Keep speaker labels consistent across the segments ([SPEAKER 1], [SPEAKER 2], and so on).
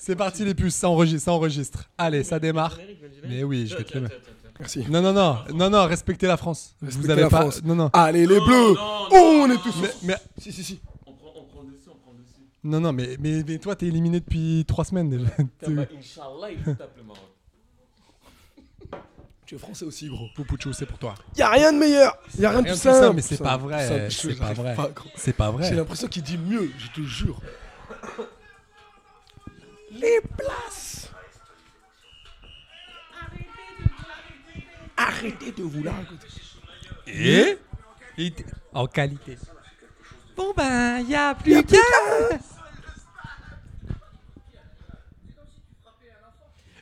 [SPEAKER 1] C'est parti les puces, ça enregistre, ça enregistre. Allez, ça démarre. Mais oui, je vais te le mettre.
[SPEAKER 2] Merci.
[SPEAKER 1] Non, non, non, non, non, respectez la France. Vous
[SPEAKER 2] Respectez
[SPEAKER 1] avez
[SPEAKER 2] la
[SPEAKER 1] pas.
[SPEAKER 2] France.
[SPEAKER 1] Non, non.
[SPEAKER 2] Allez, les bleus Oh, On est tous.
[SPEAKER 1] Mais, mais-
[SPEAKER 2] Si, si, si.
[SPEAKER 1] non, non, mais, mais, mais toi, t'es éliminé depuis trois semaines déjà.
[SPEAKER 3] Inch'Allah, il vous tape le Maroc.
[SPEAKER 2] Tu es français aussi, gros.
[SPEAKER 1] Poupouchou, c'est pour toi.
[SPEAKER 2] Y a rien de meilleur. Y a rien de
[SPEAKER 1] Rien que
[SPEAKER 2] plus
[SPEAKER 1] ça,
[SPEAKER 2] simple.
[SPEAKER 1] mais c'est
[SPEAKER 2] Ça,
[SPEAKER 1] pas
[SPEAKER 2] ça,
[SPEAKER 1] vrai.
[SPEAKER 2] je-
[SPEAKER 1] C'est pas
[SPEAKER 2] j'arrive
[SPEAKER 1] vrai.
[SPEAKER 2] gros.
[SPEAKER 1] C'est pas
[SPEAKER 2] J'ai
[SPEAKER 1] vrai.
[SPEAKER 2] l'impression qu'il dit mieux, je te jure. Les places. Arrêtez de vous la raconter.
[SPEAKER 1] Et Il t- En qualité. Bon ben, y a plus qu'à.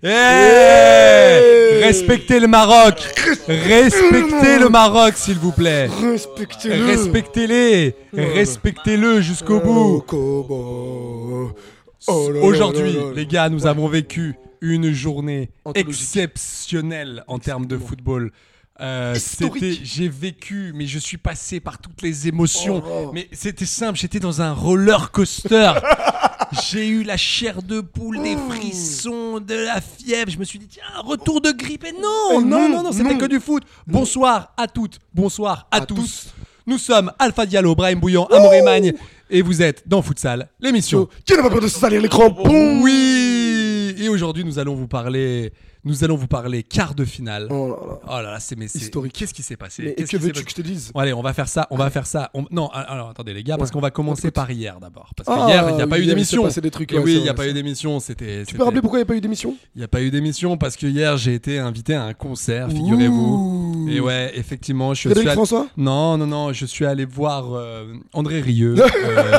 [SPEAKER 1] Hey Eh Respectez le Maroc Respectez le Maroc, s'il vous plaît
[SPEAKER 2] Respectez-le.
[SPEAKER 1] Respectez-les Respectez-le jusqu'au bout
[SPEAKER 2] Kobo. Oh là là
[SPEAKER 1] Aujourd'hui,
[SPEAKER 2] là là là.
[SPEAKER 1] les gars, nous avons vécu une journée
[SPEAKER 2] Anthologique.
[SPEAKER 1] exceptionnelle en termes de football. Euh,
[SPEAKER 2] Historique.
[SPEAKER 1] c'était, j'ai vécu, mais je suis passé par toutes les émotions.
[SPEAKER 2] Oh.
[SPEAKER 1] Mais c'était simple, j'étais dans un roller coaster. j'ai eu la chair de poule, des
[SPEAKER 2] Hmm.
[SPEAKER 1] frissons, de la fièvre. Je me suis dit, tiens, retour de grippe. Et non,
[SPEAKER 2] Eh
[SPEAKER 1] non,
[SPEAKER 2] non,
[SPEAKER 1] non, non, c'était
[SPEAKER 2] non. Hmm.
[SPEAKER 1] que du foot. Bonsoir à toutes, bonsoir à,
[SPEAKER 2] À
[SPEAKER 1] tous.
[SPEAKER 2] tous.
[SPEAKER 1] Nous sommes Alpha Diallo, Brahim Bouillant, Amoré Magne, et vous êtes dans Futsal, l'émission.
[SPEAKER 2] Qui n'a pas peur de se salir les
[SPEAKER 1] Oh,
[SPEAKER 2] crampons
[SPEAKER 1] Oui Et aujourd'hui, nous allons vous parler, nous allons vous parler quart de finale.
[SPEAKER 2] Oh là là.
[SPEAKER 1] Oh là là, c'est mais c'est-
[SPEAKER 2] Historique.
[SPEAKER 1] Qu'est-ce qui s'est passé
[SPEAKER 2] Mais
[SPEAKER 1] Qu'est-ce
[SPEAKER 2] que
[SPEAKER 1] qui s'est
[SPEAKER 2] veux-tu
[SPEAKER 1] passé
[SPEAKER 2] que je te dise Ah.
[SPEAKER 1] Bon, allez, on va faire ça, on va faire ça. on- Non, a- alors attendez les gars, parce
[SPEAKER 2] Ouais. Bah,
[SPEAKER 1] qu'on va commencer
[SPEAKER 2] Écoute.
[SPEAKER 1] par hier d'abord. Parce que
[SPEAKER 2] Ah,
[SPEAKER 1] hier, il n'y a pas
[SPEAKER 2] oui,
[SPEAKER 1] eu
[SPEAKER 2] il s'est
[SPEAKER 1] d'émission.
[SPEAKER 2] passé des trucs,
[SPEAKER 1] Eh
[SPEAKER 2] ouais,
[SPEAKER 1] oui,
[SPEAKER 2] c'est
[SPEAKER 1] il n'y a
[SPEAKER 2] vrai,
[SPEAKER 1] pas
[SPEAKER 2] c'est
[SPEAKER 1] eu
[SPEAKER 2] vrai.
[SPEAKER 1] d'émission. C'était.
[SPEAKER 2] Tu peux rappeler pourquoi il n'y a pas eu d'émission
[SPEAKER 1] Il n'y a pas eu d'émission parce que hier, j'ai été invité à un concert, figurez-vous. Et ouais, effectivement, je suis
[SPEAKER 2] Frédéric
[SPEAKER 1] allé-
[SPEAKER 2] François
[SPEAKER 1] Non, non, non, je suis allé voir euh, André Rieu,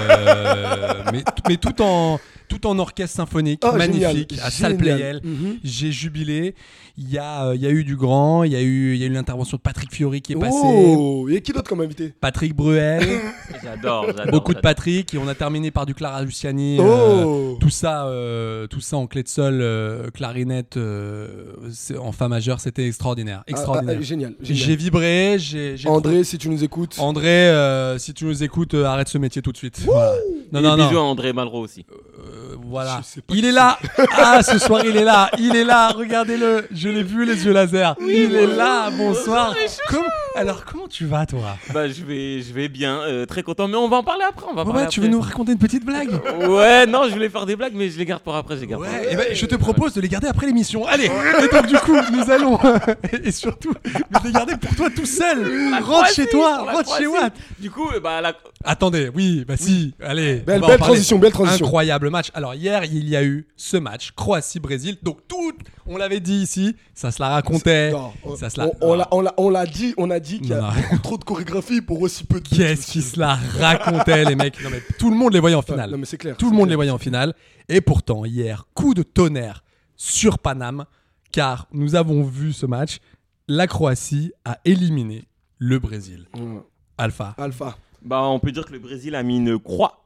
[SPEAKER 1] euh, mais, mais tout en tout en orchestre symphonique,
[SPEAKER 2] Ah,
[SPEAKER 1] magnifique,
[SPEAKER 2] génial,
[SPEAKER 1] à Salle
[SPEAKER 2] génial.
[SPEAKER 1] Playel.
[SPEAKER 2] Mhm.
[SPEAKER 1] J'ai jubilé. Il y a euh, il y a eu du grand, il y a eu il y a eu l'intervention de Patrick Fiori qui est passé.
[SPEAKER 2] Oh, et qui d'autre comme invité
[SPEAKER 1] Patrick Bruel,
[SPEAKER 3] J'adore, j'adore.
[SPEAKER 1] beaucoup de
[SPEAKER 3] j'adore.
[SPEAKER 1] Patrick et on a terminé par du Clara Luciani. euh,
[SPEAKER 2] euh, Oh
[SPEAKER 1] tout ça, euh, tout ça en clé de sol, euh, clarinette, euh, c'est- en fa majeur, c'était extraordinaire,
[SPEAKER 2] Ah, ah,
[SPEAKER 1] extraordinaire.
[SPEAKER 2] ah, génial, génial.
[SPEAKER 1] j'ai vibré, j'ai j'ai
[SPEAKER 2] André, si tu nous écoutes.
[SPEAKER 1] André, euh, si tu nous écoutes, euh, arrête ce métier tout de suite. Voilà. Non,
[SPEAKER 3] Et
[SPEAKER 1] non,
[SPEAKER 3] Bisous à
[SPEAKER 1] non.
[SPEAKER 3] André Malraux aussi.
[SPEAKER 1] Euh, voilà.
[SPEAKER 2] hein. Je sais pas
[SPEAKER 1] Il
[SPEAKER 2] qui
[SPEAKER 1] est là. Ah, ce soir, il est là. Il est là. Regardez-le. Je l'ai vu, les yeux laser. il est là. Bonsoir. Comment- Alors, comment tu vas, toi
[SPEAKER 3] Bah, je vais, je vais bien, euh, très content, mais on va en parler après. On va parler
[SPEAKER 1] Ouais, tu veux
[SPEAKER 3] bah, après.
[SPEAKER 1] nous raconter une petite blague
[SPEAKER 3] Ouais, non, je voulais faire des blagues, mais je les garde pour après. Je les garde pour
[SPEAKER 1] Ouais,
[SPEAKER 3] après.
[SPEAKER 1] et ben, je te propose de les garder après l'émission. Allez, et donc du coup, nous allons euh, et surtout mais de les garder pour toi tout seul.
[SPEAKER 3] La
[SPEAKER 1] Rentre
[SPEAKER 3] Croatie,
[SPEAKER 1] chez toi,
[SPEAKER 3] pour la
[SPEAKER 1] rentre chez
[SPEAKER 3] Croatie.
[SPEAKER 1] Watt.
[SPEAKER 3] Du coup, euh, bah, la...
[SPEAKER 1] Attendez, oui, bah si, allez.
[SPEAKER 2] Belle,
[SPEAKER 1] on va en
[SPEAKER 2] belle
[SPEAKER 1] parler.
[SPEAKER 2] transition, belle transition.
[SPEAKER 1] Incroyable match. Alors hier, il y a eu ce match Croatie-Brésil. Donc tout, on l'avait dit ici, ça se la racontait.
[SPEAKER 2] Non, on-
[SPEAKER 1] ça se la.
[SPEAKER 2] on- on l'a- on l'a- on l'a dit, on a dit qu'il y
[SPEAKER 1] Non, non.
[SPEAKER 2] a beaucoup trop de chorégraphie pour aussi peu de.
[SPEAKER 1] Qu'est-ce qui se la racontait, les mecs Non mais tout le monde les voyait en finale.
[SPEAKER 2] Ouais, non, mais c'est clair,
[SPEAKER 1] Tout le
[SPEAKER 2] c'est
[SPEAKER 1] monde
[SPEAKER 2] clair.
[SPEAKER 1] les voyait en finale. Et pourtant, hier, coup de tonnerre sur Paname, car nous avons vu ce match. La Croatie a éliminé le Brésil.
[SPEAKER 2] Ouais.
[SPEAKER 1] Alpha.
[SPEAKER 2] Alpha,
[SPEAKER 3] bah, on peut dire que le Brésil a mis une croix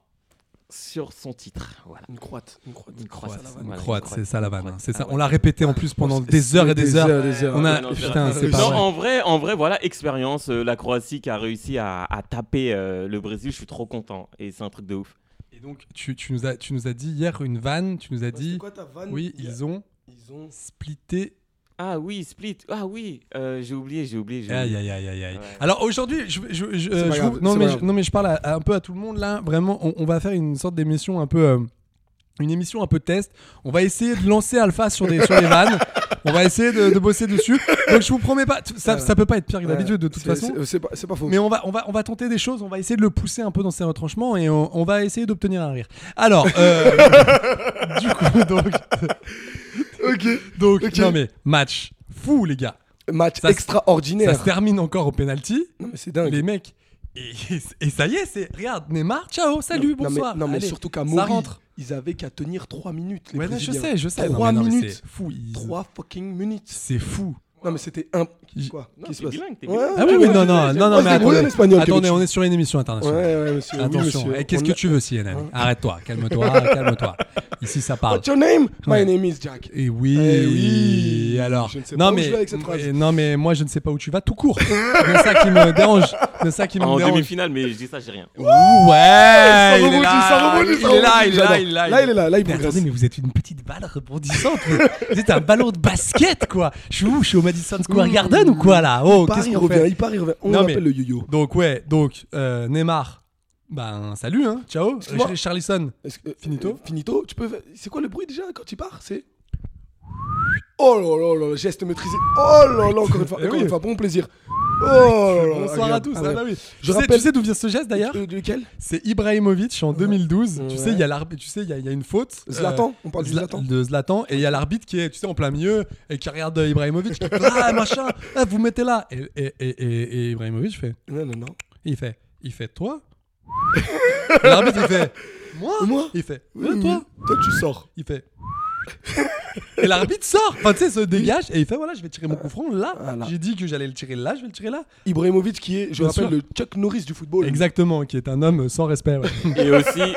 [SPEAKER 3] sur son titre. Voilà.
[SPEAKER 2] une croate, une croate.
[SPEAKER 3] Une croix.
[SPEAKER 1] Croate,
[SPEAKER 3] ça, la vanne.
[SPEAKER 1] une
[SPEAKER 3] Voilà,
[SPEAKER 1] Croate,
[SPEAKER 3] une
[SPEAKER 1] c'est ça la vanne.
[SPEAKER 3] Une
[SPEAKER 1] hein.
[SPEAKER 3] croate.
[SPEAKER 1] C'est ça.
[SPEAKER 3] Ah ouais.
[SPEAKER 1] On l'a répété en plus pendant des heures et des, heures. On a- putain, c'est
[SPEAKER 2] c'est
[SPEAKER 1] pas
[SPEAKER 3] non,
[SPEAKER 1] vrai.
[SPEAKER 3] en vrai, en vrai, voilà, expérience, euh, la Croatie qui a réussi à, à taper euh, le Brésil, je suis trop content et c'est un truc de ouf.
[SPEAKER 1] Et donc, tu, tu nous as, tu nous as dit hier une vanne, tu
[SPEAKER 3] Bah,
[SPEAKER 1] nous as dit, oui, ils ont
[SPEAKER 2] Ils ont.
[SPEAKER 1] splitté.
[SPEAKER 3] Ah oui, Split. Ah oui, euh, j'ai oublié, j'ai oublié. j'ai
[SPEAKER 1] Aïe,
[SPEAKER 3] oublié.
[SPEAKER 1] aïe, aïe, aïe, aïe.
[SPEAKER 3] Ouais.
[SPEAKER 1] Alors aujourd'hui, je, je- je-
[SPEAKER 2] C'est
[SPEAKER 1] je
[SPEAKER 2] pas grave,
[SPEAKER 1] vous- non,
[SPEAKER 2] c'est
[SPEAKER 1] mais
[SPEAKER 2] pas
[SPEAKER 1] je-
[SPEAKER 2] grave.
[SPEAKER 1] non, mais je parle à- à un peu à tout le monde là. Vraiment, on, on va faire une sorte d'émission un peu. euh, une émission un peu test. On va essayer de lancer Alpha sur, des, sur les vannes. On va essayer de, de bosser dessus. Donc je vous promets pas, t- ça,
[SPEAKER 2] Ouais.
[SPEAKER 1] ça peut pas être pire que d'habitude de toute
[SPEAKER 2] C'est-
[SPEAKER 1] façon.
[SPEAKER 2] c'est- C'est pas, c'est pas faux.
[SPEAKER 1] Mais on va, on, va, on va tenter des choses, on va essayer de le pousser un peu dans ses retranchements et on, on va essayer d'obtenir un rire. Alors, euh, du coup, donc,
[SPEAKER 2] Ok.
[SPEAKER 1] donc
[SPEAKER 2] Ok.
[SPEAKER 1] non mais match fou les gars.
[SPEAKER 2] Match
[SPEAKER 1] Ça se-
[SPEAKER 2] extraordinaire.
[SPEAKER 1] Ça se termine encore au penalty.
[SPEAKER 2] Non, mais c'est dingue.
[SPEAKER 1] Les mecs Et, et ça y est, c'est regarde, Neymar, ciao, salut,
[SPEAKER 2] Non, non, mais-
[SPEAKER 1] bonsoir.
[SPEAKER 2] Non, mais
[SPEAKER 1] Allez,
[SPEAKER 2] surtout
[SPEAKER 1] ça
[SPEAKER 2] qu'à Mori,
[SPEAKER 1] rentre.
[SPEAKER 2] ils avaient qu'à tenir 3 minutes. Les
[SPEAKER 1] Ouais, non, je
[SPEAKER 2] Brésiliens.
[SPEAKER 1] sais, je sais. Non,
[SPEAKER 2] Trois
[SPEAKER 1] mais non, mais
[SPEAKER 2] minutes.
[SPEAKER 1] c'est fou. ils-
[SPEAKER 2] 3 fucking minutes.
[SPEAKER 1] C'est fou.
[SPEAKER 2] Non, mais c'était un.
[SPEAKER 1] Ils-
[SPEAKER 2] Quoi
[SPEAKER 3] Non,
[SPEAKER 2] Qu'est-ce
[SPEAKER 3] t'es
[SPEAKER 2] qui se passe
[SPEAKER 3] bilingue, t'es
[SPEAKER 2] Ouais,
[SPEAKER 3] bilingue.
[SPEAKER 1] Ah oui,
[SPEAKER 2] ouais,
[SPEAKER 1] oui,
[SPEAKER 2] ouais,
[SPEAKER 1] non, non,
[SPEAKER 2] ouais,
[SPEAKER 1] non, non,
[SPEAKER 2] ouais,
[SPEAKER 1] mais
[SPEAKER 2] c'est drôle,
[SPEAKER 1] attendez.
[SPEAKER 2] en espagnol,
[SPEAKER 1] Attendez,
[SPEAKER 2] Kevin.
[SPEAKER 1] on est sur une émission internationale.
[SPEAKER 2] Ouais, ouais, monsieur. oui,
[SPEAKER 1] Attention,
[SPEAKER 2] monsieur.
[SPEAKER 1] eh, qu'est-ce
[SPEAKER 2] On
[SPEAKER 1] que
[SPEAKER 2] a- Hein
[SPEAKER 1] tu veux, CNN Arrête-toi, calme-toi, calme-toi. Ici, ça parle.
[SPEAKER 2] What's your name
[SPEAKER 1] Ouais.
[SPEAKER 2] My name is Jack.
[SPEAKER 1] Et oui,
[SPEAKER 2] Oh, Eh oui.
[SPEAKER 1] alors.
[SPEAKER 2] Je ne sais
[SPEAKER 1] non,
[SPEAKER 2] pas où
[SPEAKER 1] mais,
[SPEAKER 2] je vais avec cette phrase.
[SPEAKER 1] mais- non, mais moi, je ne sais pas où tu vas, tout court. c'est ça qui me dérange. C'est ça qui me
[SPEAKER 3] En
[SPEAKER 1] dérange.
[SPEAKER 3] demi-finale, mais je dis ça, j'ai rien.
[SPEAKER 1] Ouh, ouais, il est
[SPEAKER 2] rebondit, ça
[SPEAKER 1] là,
[SPEAKER 2] rebondit,
[SPEAKER 1] il
[SPEAKER 2] ça
[SPEAKER 1] est là,
[SPEAKER 2] rebondit,
[SPEAKER 1] il est là,
[SPEAKER 2] j'adore.
[SPEAKER 1] il est là.
[SPEAKER 2] Là, il est là, là, il
[SPEAKER 1] Mais
[SPEAKER 2] progresse.
[SPEAKER 1] attendez, mais vous êtes une petite balle rebondissante. vous Vous êtes un ballon de basket, quoi. Je suis où Je suis au Madison Square Garden ou quoi, là Oh,
[SPEAKER 2] part,
[SPEAKER 1] qu'est-ce
[SPEAKER 2] il
[SPEAKER 1] qu'on
[SPEAKER 2] revient,
[SPEAKER 1] fait
[SPEAKER 2] il part, il revient. On
[SPEAKER 1] Non, mais-
[SPEAKER 2] l'appelle le yo-yo.
[SPEAKER 1] Donc, ouais, donc, euh, Neymar, ben, salut, hein, ciao.
[SPEAKER 2] Excuse-moi.
[SPEAKER 1] Euh, Charlison,
[SPEAKER 2] Est-ce que- euh,
[SPEAKER 1] Finito
[SPEAKER 2] Finito, tu peux. fa- C'est quoi le bruit déjà quand tu pars C'est. Oh là là là, geste maîtrisé. Oh là là, encore une fois,
[SPEAKER 1] Eh
[SPEAKER 2] encore
[SPEAKER 1] oui.
[SPEAKER 2] une fois, bon plaisir. Oh là là,
[SPEAKER 1] bonsoir
[SPEAKER 2] agréable,
[SPEAKER 1] à tous. Ah,
[SPEAKER 2] agréable.
[SPEAKER 1] bah oui.
[SPEAKER 2] Je
[SPEAKER 1] Tu sais-
[SPEAKER 2] rappelle-
[SPEAKER 1] Tu sais d'où vient ce geste, d'ailleurs
[SPEAKER 2] Euh, Lequel
[SPEAKER 1] C'est Ibrahimovic en 2012. Tu
[SPEAKER 2] Ouais.
[SPEAKER 1] sais, il y a l'arbitre, tu sais, il y, a- il y a une faute. euh,
[SPEAKER 2] Zlatan, on parle du
[SPEAKER 1] Zla-
[SPEAKER 2] Zlatan.
[SPEAKER 1] de Zlatan et il y a l'arbitre qui est tu sais en plein milieu et qui regarde euh, Ibrahimovic qui fait ah machin ah, vous mettez là et, et, et, et- et Ibrahimovic fait
[SPEAKER 2] Non, non, non.
[SPEAKER 1] il fait il fait toi Et l'arbitre il fait moi
[SPEAKER 2] Moi
[SPEAKER 1] il fait
[SPEAKER 2] Oui,
[SPEAKER 1] Euh,
[SPEAKER 2] oui.
[SPEAKER 1] toi
[SPEAKER 2] Toi, tu sors.
[SPEAKER 1] il fait et l'arbitre sort enfin tu sais se dégage et il fait voilà je vais tirer mon coup franc là
[SPEAKER 2] Voilà.
[SPEAKER 1] j'ai dit que j'allais le tirer là je vais le tirer là
[SPEAKER 2] Ibrahimovic qui est, je
[SPEAKER 1] Bien
[SPEAKER 2] rappelle,
[SPEAKER 1] sûr.
[SPEAKER 2] le Chuck Norris du football.
[SPEAKER 1] exactement qui est un homme sans respect ouais.
[SPEAKER 3] Et aussi,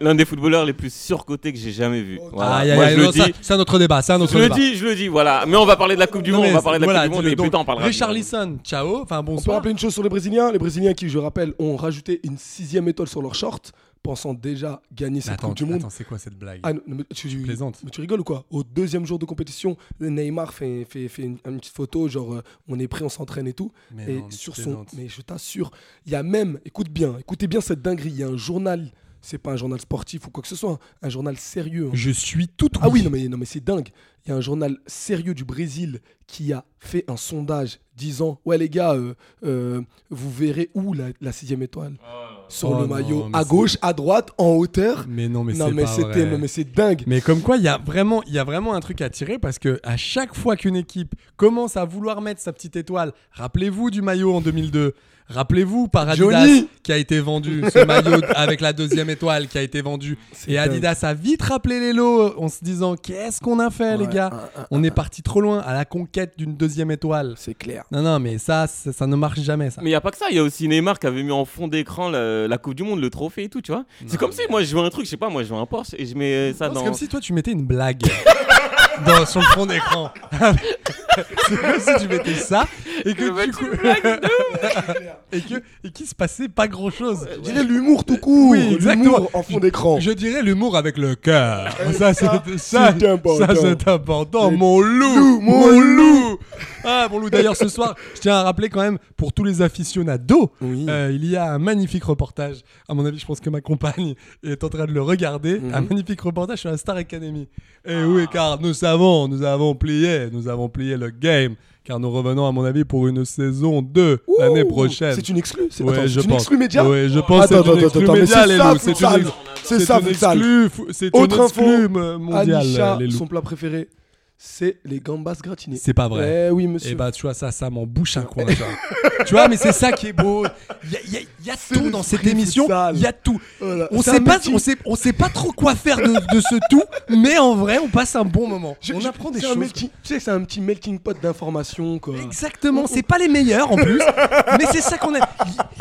[SPEAKER 3] l'un des footballeurs les plus surcotés que j'ai jamais vu. Voilà.
[SPEAKER 1] Aïe, aïe,
[SPEAKER 3] Moi,
[SPEAKER 1] aïe,
[SPEAKER 3] je le
[SPEAKER 1] non, ça-
[SPEAKER 3] dis.
[SPEAKER 1] c'est un autre débat c'est un autre
[SPEAKER 3] Je le
[SPEAKER 1] débat
[SPEAKER 3] dis, je le dis, voilà. Mais on va parler de la Coupe du
[SPEAKER 1] Non,
[SPEAKER 3] Monde,
[SPEAKER 1] mais
[SPEAKER 3] on va parler de la
[SPEAKER 1] voilà,
[SPEAKER 3] Coupe du Monde,
[SPEAKER 1] dis-le.
[SPEAKER 3] et
[SPEAKER 1] Donc,
[SPEAKER 3] putain, on parlera.
[SPEAKER 1] Richarlison, ciao, enfin
[SPEAKER 2] On peut
[SPEAKER 1] bonsoir.
[SPEAKER 2] rappeler une chose sur les Brésiliens. Les Brésiliens qui, je rappelle, ont rajouté une sixième étoile sur leur short, pensant déjà gagner
[SPEAKER 1] Mais
[SPEAKER 2] cette
[SPEAKER 1] attends,
[SPEAKER 2] Coupe du Monde.
[SPEAKER 1] attends, c'est quoi cette blague
[SPEAKER 2] Ah, non, mais tu, tu-
[SPEAKER 1] plaisantes.
[SPEAKER 2] mais tu rigoles ou quoi Au deuxième jour de compétition, Neymar fait, fait, fait une, une petite photo, genre euh, on est prêt, on s'entraîne et tout.
[SPEAKER 1] Mais
[SPEAKER 2] et
[SPEAKER 1] non, mais tu
[SPEAKER 2] sur son,
[SPEAKER 1] plaisantes.
[SPEAKER 2] mais je t'assure, il y a même, écoute bien, écoutez bien cette dinguerie. Il y a un journal, c'est pas un journal sportif ou quoi que ce soit, hein, un journal sérieux. hein.
[SPEAKER 1] Je suis tout
[SPEAKER 2] Ah oui, non mais, non, mais c'est dingue. Il y a un journal sérieux du Brésil qui a fait un sondage disant Ouais, les gars, euh, euh, vous verrez où la, la sixième étoile Sur
[SPEAKER 1] Oh
[SPEAKER 2] le
[SPEAKER 1] non,
[SPEAKER 2] maillot,
[SPEAKER 1] mais
[SPEAKER 2] à
[SPEAKER 1] c'est-
[SPEAKER 2] gauche, à droite, en hauteur.
[SPEAKER 1] Mais non, mais
[SPEAKER 2] non,
[SPEAKER 1] c'est
[SPEAKER 2] mais
[SPEAKER 1] pas
[SPEAKER 2] c'était,
[SPEAKER 1] vrai.
[SPEAKER 2] non, mais c'est dingue.
[SPEAKER 1] Mais comme quoi, il y a vraiment, il y a vraiment un truc à tirer parce que à chaque fois qu'une équipe commence à vouloir mettre sa petite étoile, rappelez-vous du maillot en 2002. Rappelez-vous par Adidas
[SPEAKER 2] Johnny
[SPEAKER 1] qui a été vendu, ce maillot avec la deuxième étoile qui a été vendu.
[SPEAKER 2] C'est
[SPEAKER 1] Et
[SPEAKER 2] dingue.
[SPEAKER 1] Adidas a vite rappelé les lots euh, en se disant qu'est-ce qu'on a fait les
[SPEAKER 2] Ouais, ah,
[SPEAKER 1] gars
[SPEAKER 2] un, un,
[SPEAKER 1] On est parti trop loin à la conquête d'une deuxième étoile.
[SPEAKER 2] C'est clair.
[SPEAKER 1] Non, non, mais ça, ça, ça ne marche jamais ça.
[SPEAKER 3] Mais il n'y a pas que ça, il y a aussi Neymar qui avait mis en fond d'écran la, la Coupe du Monde, le trophée et tout, tu vois. C'est comme si moi je jouais un truc, je sais pas, moi je jouais un Porsche et je mets euh, ça
[SPEAKER 1] Non,
[SPEAKER 3] dans.
[SPEAKER 1] C'est comme si toi tu mettais une blague dans son fond d'écran. c'est comme si tu mettais ça et que du coup- et que et qu'il se passait pas grand chose.
[SPEAKER 2] Je dirais l'humour tout court.
[SPEAKER 1] Oui, exactement.
[SPEAKER 2] L'humour en fond d'écran. Euh,
[SPEAKER 1] Je dirais l'humour avec le cœur. Ça c'est ça,
[SPEAKER 2] c'est important.
[SPEAKER 1] ça, c'est important.
[SPEAKER 2] C'est-
[SPEAKER 1] Mon loup,
[SPEAKER 2] Loup, mon
[SPEAKER 1] mon loup. Ah mon loup. D'ailleurs ce soir, je tiens à rappeler quand même pour tous les aficionados,
[SPEAKER 2] Oui.
[SPEAKER 1] euh, il y a un magnifique reportage. À mon avis, je pense que ma compagne est en train de le regarder. Un
[SPEAKER 2] Mhm.
[SPEAKER 1] magnifique reportage sur la Star Academy. Et oui, car nous savons, nous avons plié, nous avons plié le game. Car nous revenons, à mon avis, pour une saison 2
[SPEAKER 2] Ouh,
[SPEAKER 1] l'année prochaine.
[SPEAKER 2] C'est une exclue. C'est
[SPEAKER 1] Ouais,
[SPEAKER 2] attends,
[SPEAKER 1] je
[SPEAKER 2] c'est une
[SPEAKER 1] pense.
[SPEAKER 2] exclue média. Ah,
[SPEAKER 1] Ouais, je pense que c'est
[SPEAKER 2] Attends,
[SPEAKER 1] une
[SPEAKER 2] attends,
[SPEAKER 1] exclue
[SPEAKER 2] attends, mais
[SPEAKER 1] média, les
[SPEAKER 2] c'est ça,
[SPEAKER 1] loups, c'est une
[SPEAKER 2] futsal.
[SPEAKER 1] ex-
[SPEAKER 2] C'est ça,
[SPEAKER 1] une
[SPEAKER 2] futsal.
[SPEAKER 1] exclue, fou- c'est une
[SPEAKER 2] Autre info,
[SPEAKER 1] exclue euh, mondiale,
[SPEAKER 2] Anisha,
[SPEAKER 1] euh, les loups.
[SPEAKER 2] son plat préféré, c'est les gambas gratinées.
[SPEAKER 1] C'est pas vrai.
[SPEAKER 2] Eh oui,
[SPEAKER 1] Et
[SPEAKER 2] monsieur.
[SPEAKER 1] bah tu vois ça, ça m'en bouche un coin. tu, vois. Tu vois, mais c'est ça qui est beau. Il y a, il y a- il y a tout dans cette
[SPEAKER 2] l'esprit
[SPEAKER 1] émission.
[SPEAKER 2] futsal.
[SPEAKER 1] Il y a tout.
[SPEAKER 2] Voilà.
[SPEAKER 1] On
[SPEAKER 2] C'est
[SPEAKER 1] sait
[SPEAKER 2] un
[SPEAKER 1] pas,
[SPEAKER 2] métier.
[SPEAKER 1] on sait, on sait pas trop quoi faire de, de ce tout, mais en vrai, on passe un bon moment.
[SPEAKER 2] Je-
[SPEAKER 1] on
[SPEAKER 2] je-
[SPEAKER 1] apprend des
[SPEAKER 2] c'est un
[SPEAKER 1] choses.
[SPEAKER 2] melting- tu sais, c'est un petit melting pot d'informations. quoi.
[SPEAKER 1] Exactement, c'est pas les meilleurs en plus, mais c'est ça qu'on aime.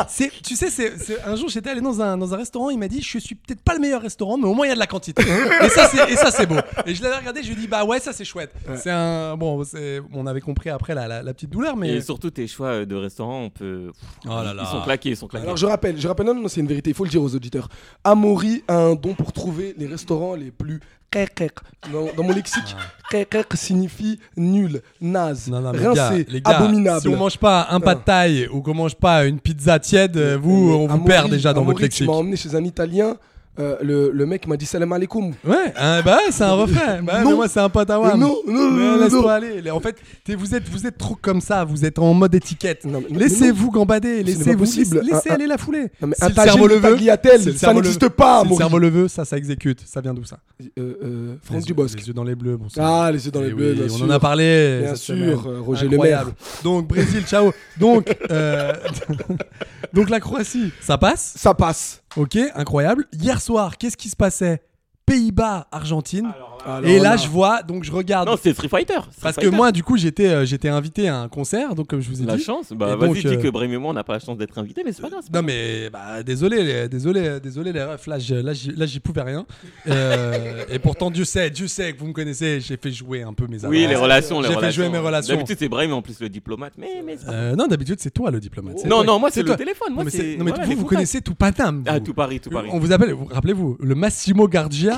[SPEAKER 1] C'est, tu sais, c'est, c'est- un jour j'étais allé dans un, dans un restaurant, il m'a dit Je suis peut-être pas le meilleur restaurant, mais au moins il y a de la quantité. et, ça, c'est, et ça, c'est beau. Et je l'avais regardé, je lui ai dit Bah ouais, ça c'est chouette. C'est un. Bon, c'est- on avait compris après la, la- la petite douleur, mais.
[SPEAKER 3] Et surtout tes choix euh, de restaurant, on peut.
[SPEAKER 1] Oh là là.
[SPEAKER 3] Ils sont claqués, ils sont claqués.
[SPEAKER 2] Alors je rappelle, je rappelle, non, non, non, c'est une vérité, il faut le dire aux auditeurs. Amaury a un don pour trouver les restaurants les plus kékèk. Dans, dans mon lexique, kékèk signifie nul, naze,
[SPEAKER 1] Ah. Non, non, mais
[SPEAKER 2] rincé,
[SPEAKER 1] les gars,
[SPEAKER 2] abominable. Ah.
[SPEAKER 1] Si on mange pas un pas de taille ou qu'on mange pas une pizza tiède, euh, vous,
[SPEAKER 2] Mais
[SPEAKER 1] on vous
[SPEAKER 2] Amaury-
[SPEAKER 1] perd déjà dans
[SPEAKER 2] Amaury,
[SPEAKER 1] votre lexique.
[SPEAKER 2] Tu m'as emmené chez un Italien. euh, le, le mec m'a dit salam alaikum.
[SPEAKER 1] Ouais, hein, bah ouais, c'est un refrain. Bah,
[SPEAKER 2] Non.
[SPEAKER 1] mais moi, c'est un pote à Wam.
[SPEAKER 2] Mais non, non,
[SPEAKER 1] Mais
[SPEAKER 2] non, non,
[SPEAKER 1] Laisse-toi
[SPEAKER 2] non.
[SPEAKER 1] aller. Les- En fait, t'es- vous êtes, vous êtes trop comme ça. Vous êtes en mode étiquette.
[SPEAKER 2] Non, mais- mais
[SPEAKER 1] Laissez-vous gambader.
[SPEAKER 2] n'est pas
[SPEAKER 1] Laissez-vous.
[SPEAKER 2] possible.
[SPEAKER 1] Laissez, laissez
[SPEAKER 2] Un- un-
[SPEAKER 1] aller la foulée.
[SPEAKER 2] Non, mais
[SPEAKER 1] Si
[SPEAKER 2] un
[SPEAKER 1] le
[SPEAKER 2] tagine,
[SPEAKER 1] cerveau le
[SPEAKER 2] une
[SPEAKER 1] veut,
[SPEAKER 2] tagliatelle,
[SPEAKER 1] si le
[SPEAKER 2] ça
[SPEAKER 1] cerveau le-
[SPEAKER 2] n'existe pas,
[SPEAKER 1] Si le
[SPEAKER 2] Maurice.
[SPEAKER 1] cerveau le veut, ça, ça exécute. Ça vient d'où ça
[SPEAKER 2] Euh, euh, Franck
[SPEAKER 1] Les yeux-
[SPEAKER 2] Dubosc.
[SPEAKER 1] Les yeux dans les bleus. bon sang.
[SPEAKER 2] Ah, les yeux dans
[SPEAKER 1] Eh
[SPEAKER 2] les bleus,
[SPEAKER 1] oui,
[SPEAKER 2] bien
[SPEAKER 1] on
[SPEAKER 2] sûr.
[SPEAKER 1] en a parlé.
[SPEAKER 2] Bien
[SPEAKER 1] cette
[SPEAKER 2] sûr,
[SPEAKER 1] semaine.
[SPEAKER 2] euh, Roger
[SPEAKER 1] Incroyable. Donc Brésil, ciao. Donc, euh, donc la Croatie, ça passe.
[SPEAKER 2] Ça passe.
[SPEAKER 1] Ok, incroyable. Hier soir, qu'est-ce qui se passait Pays-Bas, Argentine.
[SPEAKER 2] Alors
[SPEAKER 1] Et là, je vois, donc je regarde.
[SPEAKER 3] Non, c'est Street Fighter. Street
[SPEAKER 1] parce que
[SPEAKER 3] Fighter.
[SPEAKER 1] moi, du coup, j'étais, euh, j'étais invité à un concert, donc comme je vous ai
[SPEAKER 3] La
[SPEAKER 1] dit.
[SPEAKER 3] chance
[SPEAKER 1] Et
[SPEAKER 3] Bah,
[SPEAKER 1] donc,
[SPEAKER 3] vas-y,
[SPEAKER 1] euh,
[SPEAKER 3] dis que Brémy et moi, on n'a pas la chance d'être invité, mais c'est pas grave. c'est pas
[SPEAKER 1] Non mais bah, désolé, les- désolé, euh, désolé les refs, là, je- là, j'y- là j'y pouvais rien. Euh, et pourtant Dieu sait, Dieu sait que vous me connaissez, j'ai fait jouer un peu mes
[SPEAKER 3] grave. Oui,
[SPEAKER 1] avances.
[SPEAKER 3] les relations. les
[SPEAKER 1] J'ai fait jouer
[SPEAKER 3] relations.
[SPEAKER 1] mes relations.
[SPEAKER 3] D'habitude, c'est Brémy en plus le diplomate. Mais, mais c'est pas-
[SPEAKER 1] Euh, non, d'habitude, Ah, c'est toi le diplomate.
[SPEAKER 3] Non,
[SPEAKER 1] toi.
[SPEAKER 3] non, moi, c'est le
[SPEAKER 1] toi.
[SPEAKER 3] téléphone, moi,
[SPEAKER 1] non, mais
[SPEAKER 3] c'est-
[SPEAKER 1] non, mais
[SPEAKER 3] voilà,
[SPEAKER 1] vous,
[SPEAKER 3] les
[SPEAKER 1] vous
[SPEAKER 3] contacts.
[SPEAKER 1] connaissez tout Patam. vous.
[SPEAKER 3] Ah, tout Paris, tout Paris.
[SPEAKER 1] On vous appelle, vous- rappelez-vous, le Massimo Gardia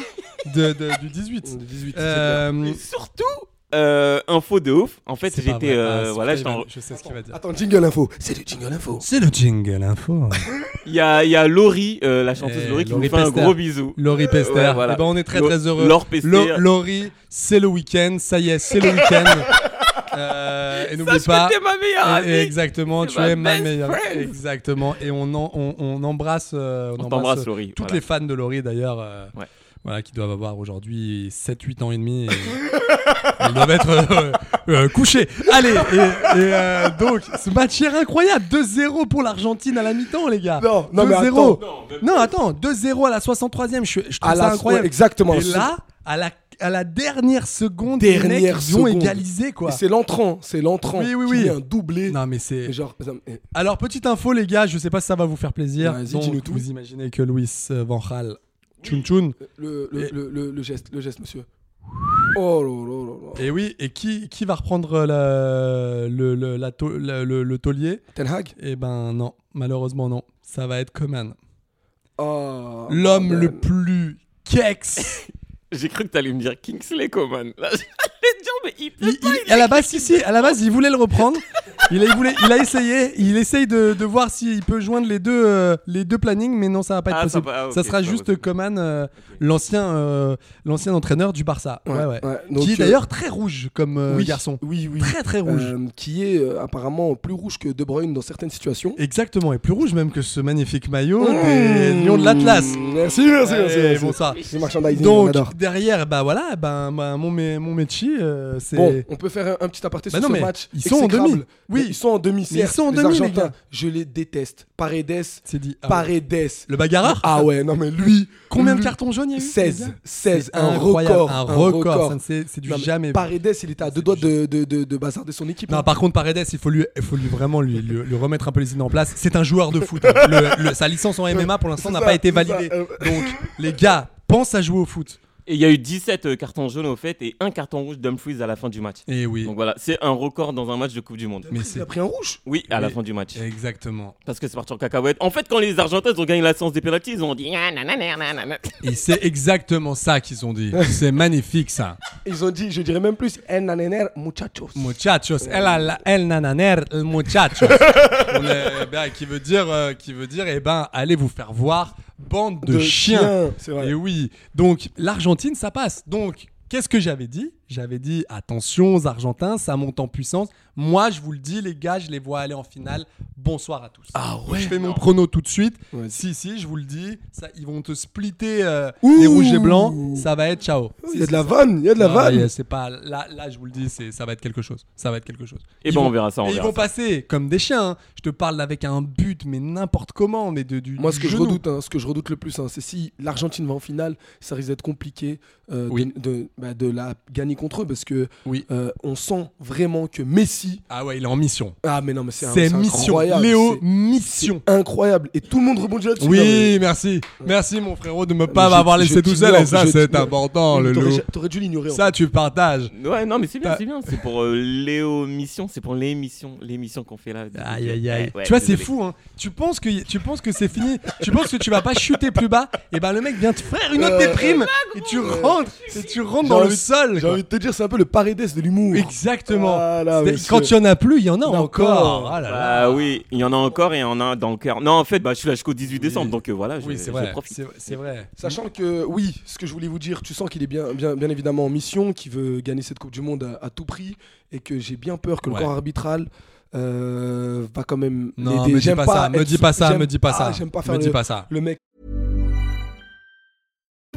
[SPEAKER 1] de, de- du 18.
[SPEAKER 2] Le 18, c'est
[SPEAKER 1] Euh,
[SPEAKER 3] Et surtout, euh, info de ouf. En fait,
[SPEAKER 1] c'est pas
[SPEAKER 3] j'étais.
[SPEAKER 1] vrai.
[SPEAKER 3] euh,
[SPEAKER 1] Ah, c'est
[SPEAKER 3] voilà,
[SPEAKER 1] vrai,
[SPEAKER 3] j'étais en-
[SPEAKER 1] je sais ce qu'il va dire.
[SPEAKER 2] Attends, jingle info. C'est le jingle info.
[SPEAKER 1] C'est le jingle info.
[SPEAKER 3] Il y a, il y a Laurie, euh, la chanteuse
[SPEAKER 1] Eh,
[SPEAKER 3] Laurie, qui
[SPEAKER 1] Laurie
[SPEAKER 3] nous fait un
[SPEAKER 1] Pester.
[SPEAKER 3] gros bisou. Euh,
[SPEAKER 1] Laurie Pester.
[SPEAKER 3] ouais, voilà.
[SPEAKER 1] Eh ben, on est très
[SPEAKER 3] Lo-
[SPEAKER 1] très heureux.
[SPEAKER 3] Laure Pester.
[SPEAKER 1] Lo- Laurie, c'est le week-end. Ça y est, c'est le week-end. Euh, et n'oublie
[SPEAKER 3] Sache
[SPEAKER 1] pas.
[SPEAKER 3] que t'es ma meilleure
[SPEAKER 1] Eh, eh,
[SPEAKER 3] amie.
[SPEAKER 1] exactement,
[SPEAKER 3] C'est
[SPEAKER 1] tu
[SPEAKER 3] ma
[SPEAKER 1] es ma
[SPEAKER 3] best
[SPEAKER 1] meilleure.
[SPEAKER 3] friend.
[SPEAKER 1] Exactement. Et on, en- on, on embrasse. euh,
[SPEAKER 3] On t'embrasse,
[SPEAKER 1] euh,
[SPEAKER 3] Laurie.
[SPEAKER 1] Toutes
[SPEAKER 3] voilà.
[SPEAKER 1] les fans de Laurie d'ailleurs. euh,
[SPEAKER 3] Ouais.
[SPEAKER 1] Voilà, qui doivent avoir aujourd'hui 7-8 ans et demi. et- Ils doivent être euh, euh, couchés. Allez, et, et, euh, donc, ce match hier incroyable. 2-0 pour l'Argentine à la mi-temps, les gars.
[SPEAKER 2] Non, non, mais
[SPEAKER 1] 2-0.
[SPEAKER 3] attends. Non, même
[SPEAKER 1] Non, attends, 2-0 à la 63e. Je, je trouve
[SPEAKER 2] À
[SPEAKER 1] ça
[SPEAKER 2] la-
[SPEAKER 1] incroyable.
[SPEAKER 2] ouais, exactement.
[SPEAKER 1] Et là, à la, à la dernière seconde,
[SPEAKER 2] Dernière
[SPEAKER 1] les mecs, ils ont
[SPEAKER 2] seconde.
[SPEAKER 1] égalisé, quoi.
[SPEAKER 2] Et C'est l'entrant, c'est l'entrant.
[SPEAKER 1] Oui, oui,
[SPEAKER 2] qui
[SPEAKER 1] oui.
[SPEAKER 2] met un doublé.
[SPEAKER 1] Non, mais c'est.
[SPEAKER 2] Et genre, ça me- eh,
[SPEAKER 1] Alors, petite info, les gars, je sais pas si ça va vous faire plaisir.
[SPEAKER 2] Vas-y,
[SPEAKER 1] Donc,
[SPEAKER 2] dis-nous tout.
[SPEAKER 1] Vous imaginez que Luis euh, Van Gaal, Chun Chun.
[SPEAKER 2] le, le,
[SPEAKER 1] Et-
[SPEAKER 2] le, le- le geste, le geste, monsieur. Oh là là là là.
[SPEAKER 1] Et Eh oui, et qui, qui va reprendre la- le, le, la to- la- le, le taulier
[SPEAKER 2] Ten Hag
[SPEAKER 1] Eh ben non, malheureusement non. Ça va être Coman.
[SPEAKER 2] Oh,
[SPEAKER 1] L'homme
[SPEAKER 2] man.
[SPEAKER 1] le plus kex.
[SPEAKER 3] J'ai cru que t'allais me dire Kingsley Coman. Là, j'allais te dire, mais il peut
[SPEAKER 1] Il-
[SPEAKER 3] pas.
[SPEAKER 1] il- à la base, si, si, à la base, il voulait le reprendre. Il a, il voulait- il a essayé. Il essaye de, de voir s'il peut joindre les deux, euh, les deux plannings, mais non, ça va pas être
[SPEAKER 3] Ah, ça
[SPEAKER 1] possible. Ça,
[SPEAKER 3] va pas- ah, ok,
[SPEAKER 1] sera
[SPEAKER 3] ça va
[SPEAKER 1] juste
[SPEAKER 3] aussi.
[SPEAKER 1] Coman, euh, l'ancien, euh, l'ancien entraîneur du Barça. Ouais,
[SPEAKER 2] Ouais,
[SPEAKER 1] ouais.
[SPEAKER 2] ouais. Donc,
[SPEAKER 1] qui est
[SPEAKER 2] euh,
[SPEAKER 1] d'ailleurs très rouge comme euh,
[SPEAKER 2] oui,
[SPEAKER 1] garçon.
[SPEAKER 2] Oui, oui.
[SPEAKER 1] Très, très rouge.
[SPEAKER 2] Euh, qui est euh, apparemment plus rouge que De Bruyne dans certaines situations.
[SPEAKER 1] Exactement, et plus rouge même que ce magnifique maillot des Lions de l'Atlas.
[SPEAKER 2] Mmh. Merci, merci, merci.
[SPEAKER 1] Eh,
[SPEAKER 2] merci. Bah,
[SPEAKER 1] bonsoir.
[SPEAKER 2] C'est merchandising, on adore.
[SPEAKER 1] Donc derrière, bah voilà, ben ben, mon mé- mon Mechi, euh, c'est
[SPEAKER 2] Bon, on peut faire un, un petit aparté
[SPEAKER 1] Bah
[SPEAKER 2] sur
[SPEAKER 1] non,
[SPEAKER 2] ce
[SPEAKER 1] mais
[SPEAKER 2] match.
[SPEAKER 1] ils sont en
[SPEAKER 2] exécrable.
[SPEAKER 1] demi. Oui.
[SPEAKER 2] Mais ils sont en demi.
[SPEAKER 1] Mais ils
[SPEAKER 2] certes,
[SPEAKER 1] sont en
[SPEAKER 2] les
[SPEAKER 1] demi, les
[SPEAKER 2] Argentins,
[SPEAKER 1] gars.
[SPEAKER 2] je les déteste. Paredes,
[SPEAKER 1] c'est dit. ah ouais.
[SPEAKER 2] Paredes.
[SPEAKER 1] Le bagarreur
[SPEAKER 2] Ah ouais, non mais lui.
[SPEAKER 1] Combien de
[SPEAKER 2] lui-
[SPEAKER 1] cartons jaunes il y a eu
[SPEAKER 2] 16.
[SPEAKER 1] déjà
[SPEAKER 2] 16. Un
[SPEAKER 1] Incroyable,
[SPEAKER 2] record.
[SPEAKER 1] un record, ça ne s'est- c'est du
[SPEAKER 2] Non, mais
[SPEAKER 1] jamais vu.
[SPEAKER 2] Paredes, il était à deux doigts de, de, de, de bazarder son équipe.
[SPEAKER 1] Non,
[SPEAKER 2] hein.
[SPEAKER 1] par contre, Paredes, il faut lui, il faut lui vraiment lui, lui- lui remettre un peu les idées en place. C'est un joueur de foot. hein. Le- le- sa licence en MMA pour l'instant
[SPEAKER 2] C'est
[SPEAKER 1] n'a
[SPEAKER 2] ça,
[SPEAKER 1] pas été
[SPEAKER 2] c'est ça,
[SPEAKER 1] validée.
[SPEAKER 2] euh.
[SPEAKER 1] Donc, les gars, pensent à jouer au foot.
[SPEAKER 3] Et il y a eu 17 euh, cartons jaunes au fait et un carton rouge Dumfries à la fin du match.
[SPEAKER 1] Et Eh oui,
[SPEAKER 3] Donc voilà, c'est un record dans un match de Coupe du Monde.
[SPEAKER 1] mais
[SPEAKER 2] Il
[SPEAKER 1] c'est
[SPEAKER 2] a pris un rouge.
[SPEAKER 3] Oui, à la
[SPEAKER 1] Oui.
[SPEAKER 3] fin du match.
[SPEAKER 1] exactement.
[SPEAKER 3] Parce que c'est parti en cacahuète. En fait, quand les Argentins ils ont gagné la séance des pénalties, ils ont dit. Ah, nanana, nanana.
[SPEAKER 1] Et c'est exactement ça qu'ils ont dit. C'est magnifique ça.
[SPEAKER 2] Ils ont dit, je dirais même plus, en nanener muchachos.
[SPEAKER 1] Muchachos, el, al- el nananer, el muchachos. On est- eh ben, qui veut dire, euh, qui veut dire, eh ben, allez vous faire voir, bande de,
[SPEAKER 2] De
[SPEAKER 1] chiens.
[SPEAKER 2] chiens, c'est vrai.
[SPEAKER 1] Et oui. Donc l'Argentine, ça passe. Donc qu'est-ce que j'avais dit J'avais dit attention aux Argentins, ça monte en puissance. Moi, je vous le dis, les gars, je les vois aller en finale. Bonsoir à tous.
[SPEAKER 2] Ah
[SPEAKER 1] Donc, je fais mon prono tout de suite.
[SPEAKER 2] Vas-y.
[SPEAKER 1] Si, si, je vous le dis, ça, ils vont te splitter euh,
[SPEAKER 2] Ouh.
[SPEAKER 1] les rouges et blancs. Ça va être ciao.
[SPEAKER 2] Il y a de la vanne, il y a de la
[SPEAKER 1] Ah,
[SPEAKER 2] vanne.
[SPEAKER 1] ouais, c'est pas là, là, je vous le dis, c'est ça va être quelque chose. Ça va être quelque chose.
[SPEAKER 3] Eh
[SPEAKER 1] Ils
[SPEAKER 3] ben, on
[SPEAKER 1] vont-
[SPEAKER 3] verra ça, on
[SPEAKER 1] et ils
[SPEAKER 3] verra
[SPEAKER 1] vont
[SPEAKER 3] ça.
[SPEAKER 1] passer comme des chiens. hein. Je te parle avec un but, mais n'importe comment, mais de, du.
[SPEAKER 2] Moi,
[SPEAKER 1] du
[SPEAKER 2] ce que je
[SPEAKER 1] genou.
[SPEAKER 2] redoute, hein, ce que je redoute le plus, hein, c'est si l'Argentine va en finale, ça risque d'être compliqué euh,
[SPEAKER 1] Oui.
[SPEAKER 2] de, de- bah, de la gagner contre eux parce que
[SPEAKER 1] Oui.
[SPEAKER 2] euh, on sent vraiment que Messi.
[SPEAKER 1] Ah ouais, il est en mission.
[SPEAKER 2] Ah mais non, mais c'est un-
[SPEAKER 1] C'est
[SPEAKER 2] c'est
[SPEAKER 1] mission.
[SPEAKER 2] incroyable.
[SPEAKER 1] Léo,
[SPEAKER 2] c'est- c'est
[SPEAKER 1] mission.
[SPEAKER 2] incroyable. Et tout le monde rebondit là-dessus. Non, mais-
[SPEAKER 1] Oui, merci. Merci, mon frérot, de me pas
[SPEAKER 2] Euh, je-
[SPEAKER 1] m'avoir
[SPEAKER 2] je
[SPEAKER 1] laissé tout
[SPEAKER 2] t'ignore,
[SPEAKER 1] seul. Et ça,
[SPEAKER 2] je
[SPEAKER 1] c'est
[SPEAKER 2] t'ignore.
[SPEAKER 1] important, Oh, le
[SPEAKER 2] Mais t'aurais-
[SPEAKER 1] loup.
[SPEAKER 2] T'aurais dû l'ignorer. hein. en
[SPEAKER 1] Ça, tu partages.
[SPEAKER 3] Ouais, non, mais c'est bien,
[SPEAKER 1] T'as-
[SPEAKER 3] c'est bien. C'est pour euh, Léo Mission, c'est pour l'émission, l'émission qu'on fait là.
[SPEAKER 1] Aïe aïe aïy.
[SPEAKER 3] Ouais, ouais,
[SPEAKER 1] tu vois, c'est
[SPEAKER 3] désolé.
[SPEAKER 1] fou, hein. Tu penses que, tu penses que c'est fini. tu penses que tu vas pas chuter plus bas. Et ben, le mec vient te faire une autre
[SPEAKER 2] Euh,
[SPEAKER 1] déprime. Et tu rentres, et tu rentres dans
[SPEAKER 2] J'ai
[SPEAKER 1] le
[SPEAKER 2] envie-
[SPEAKER 1] sol.
[SPEAKER 2] J'ai
[SPEAKER 1] quoi.
[SPEAKER 2] envie de de te dire, c'est un peu le paredes de l'humour.
[SPEAKER 1] Exactement.
[SPEAKER 2] Voilà,
[SPEAKER 1] C'est-
[SPEAKER 2] monsieur.
[SPEAKER 1] quand il y en a plus, il y en a
[SPEAKER 2] Il y en a
[SPEAKER 1] encore.
[SPEAKER 2] encore.
[SPEAKER 1] Ah là là.
[SPEAKER 3] Bah oui, il y en a encore et il y en a dans le cœur. Non, en fait, bah, je suis là jusqu'au 18 décembre, donc euh, voilà, je,
[SPEAKER 1] Oui, c'est
[SPEAKER 3] je
[SPEAKER 1] vrai.
[SPEAKER 3] profite.
[SPEAKER 1] C'est c'est vrai.
[SPEAKER 2] Sachant que, oui, ce que je voulais vous dire, tu sens qu'il est bien, bien, bien évidemment en mission, qu'il veut gagner cette Coupe du Monde à, à tout prix, et que j'ai bien peur que
[SPEAKER 1] Ouais.
[SPEAKER 2] le corps arbitral euh, va quand même.
[SPEAKER 1] Non,
[SPEAKER 2] l'aider.
[SPEAKER 1] me dis
[SPEAKER 2] J'aime
[SPEAKER 1] pas ça, me
[SPEAKER 2] être-
[SPEAKER 1] dis pas ça,
[SPEAKER 2] j'aime-
[SPEAKER 1] me dis pas
[SPEAKER 2] Ah,
[SPEAKER 1] ça.
[SPEAKER 2] J'aime pas faire
[SPEAKER 1] Me dis
[SPEAKER 2] le,
[SPEAKER 1] pas ça.
[SPEAKER 2] le mec.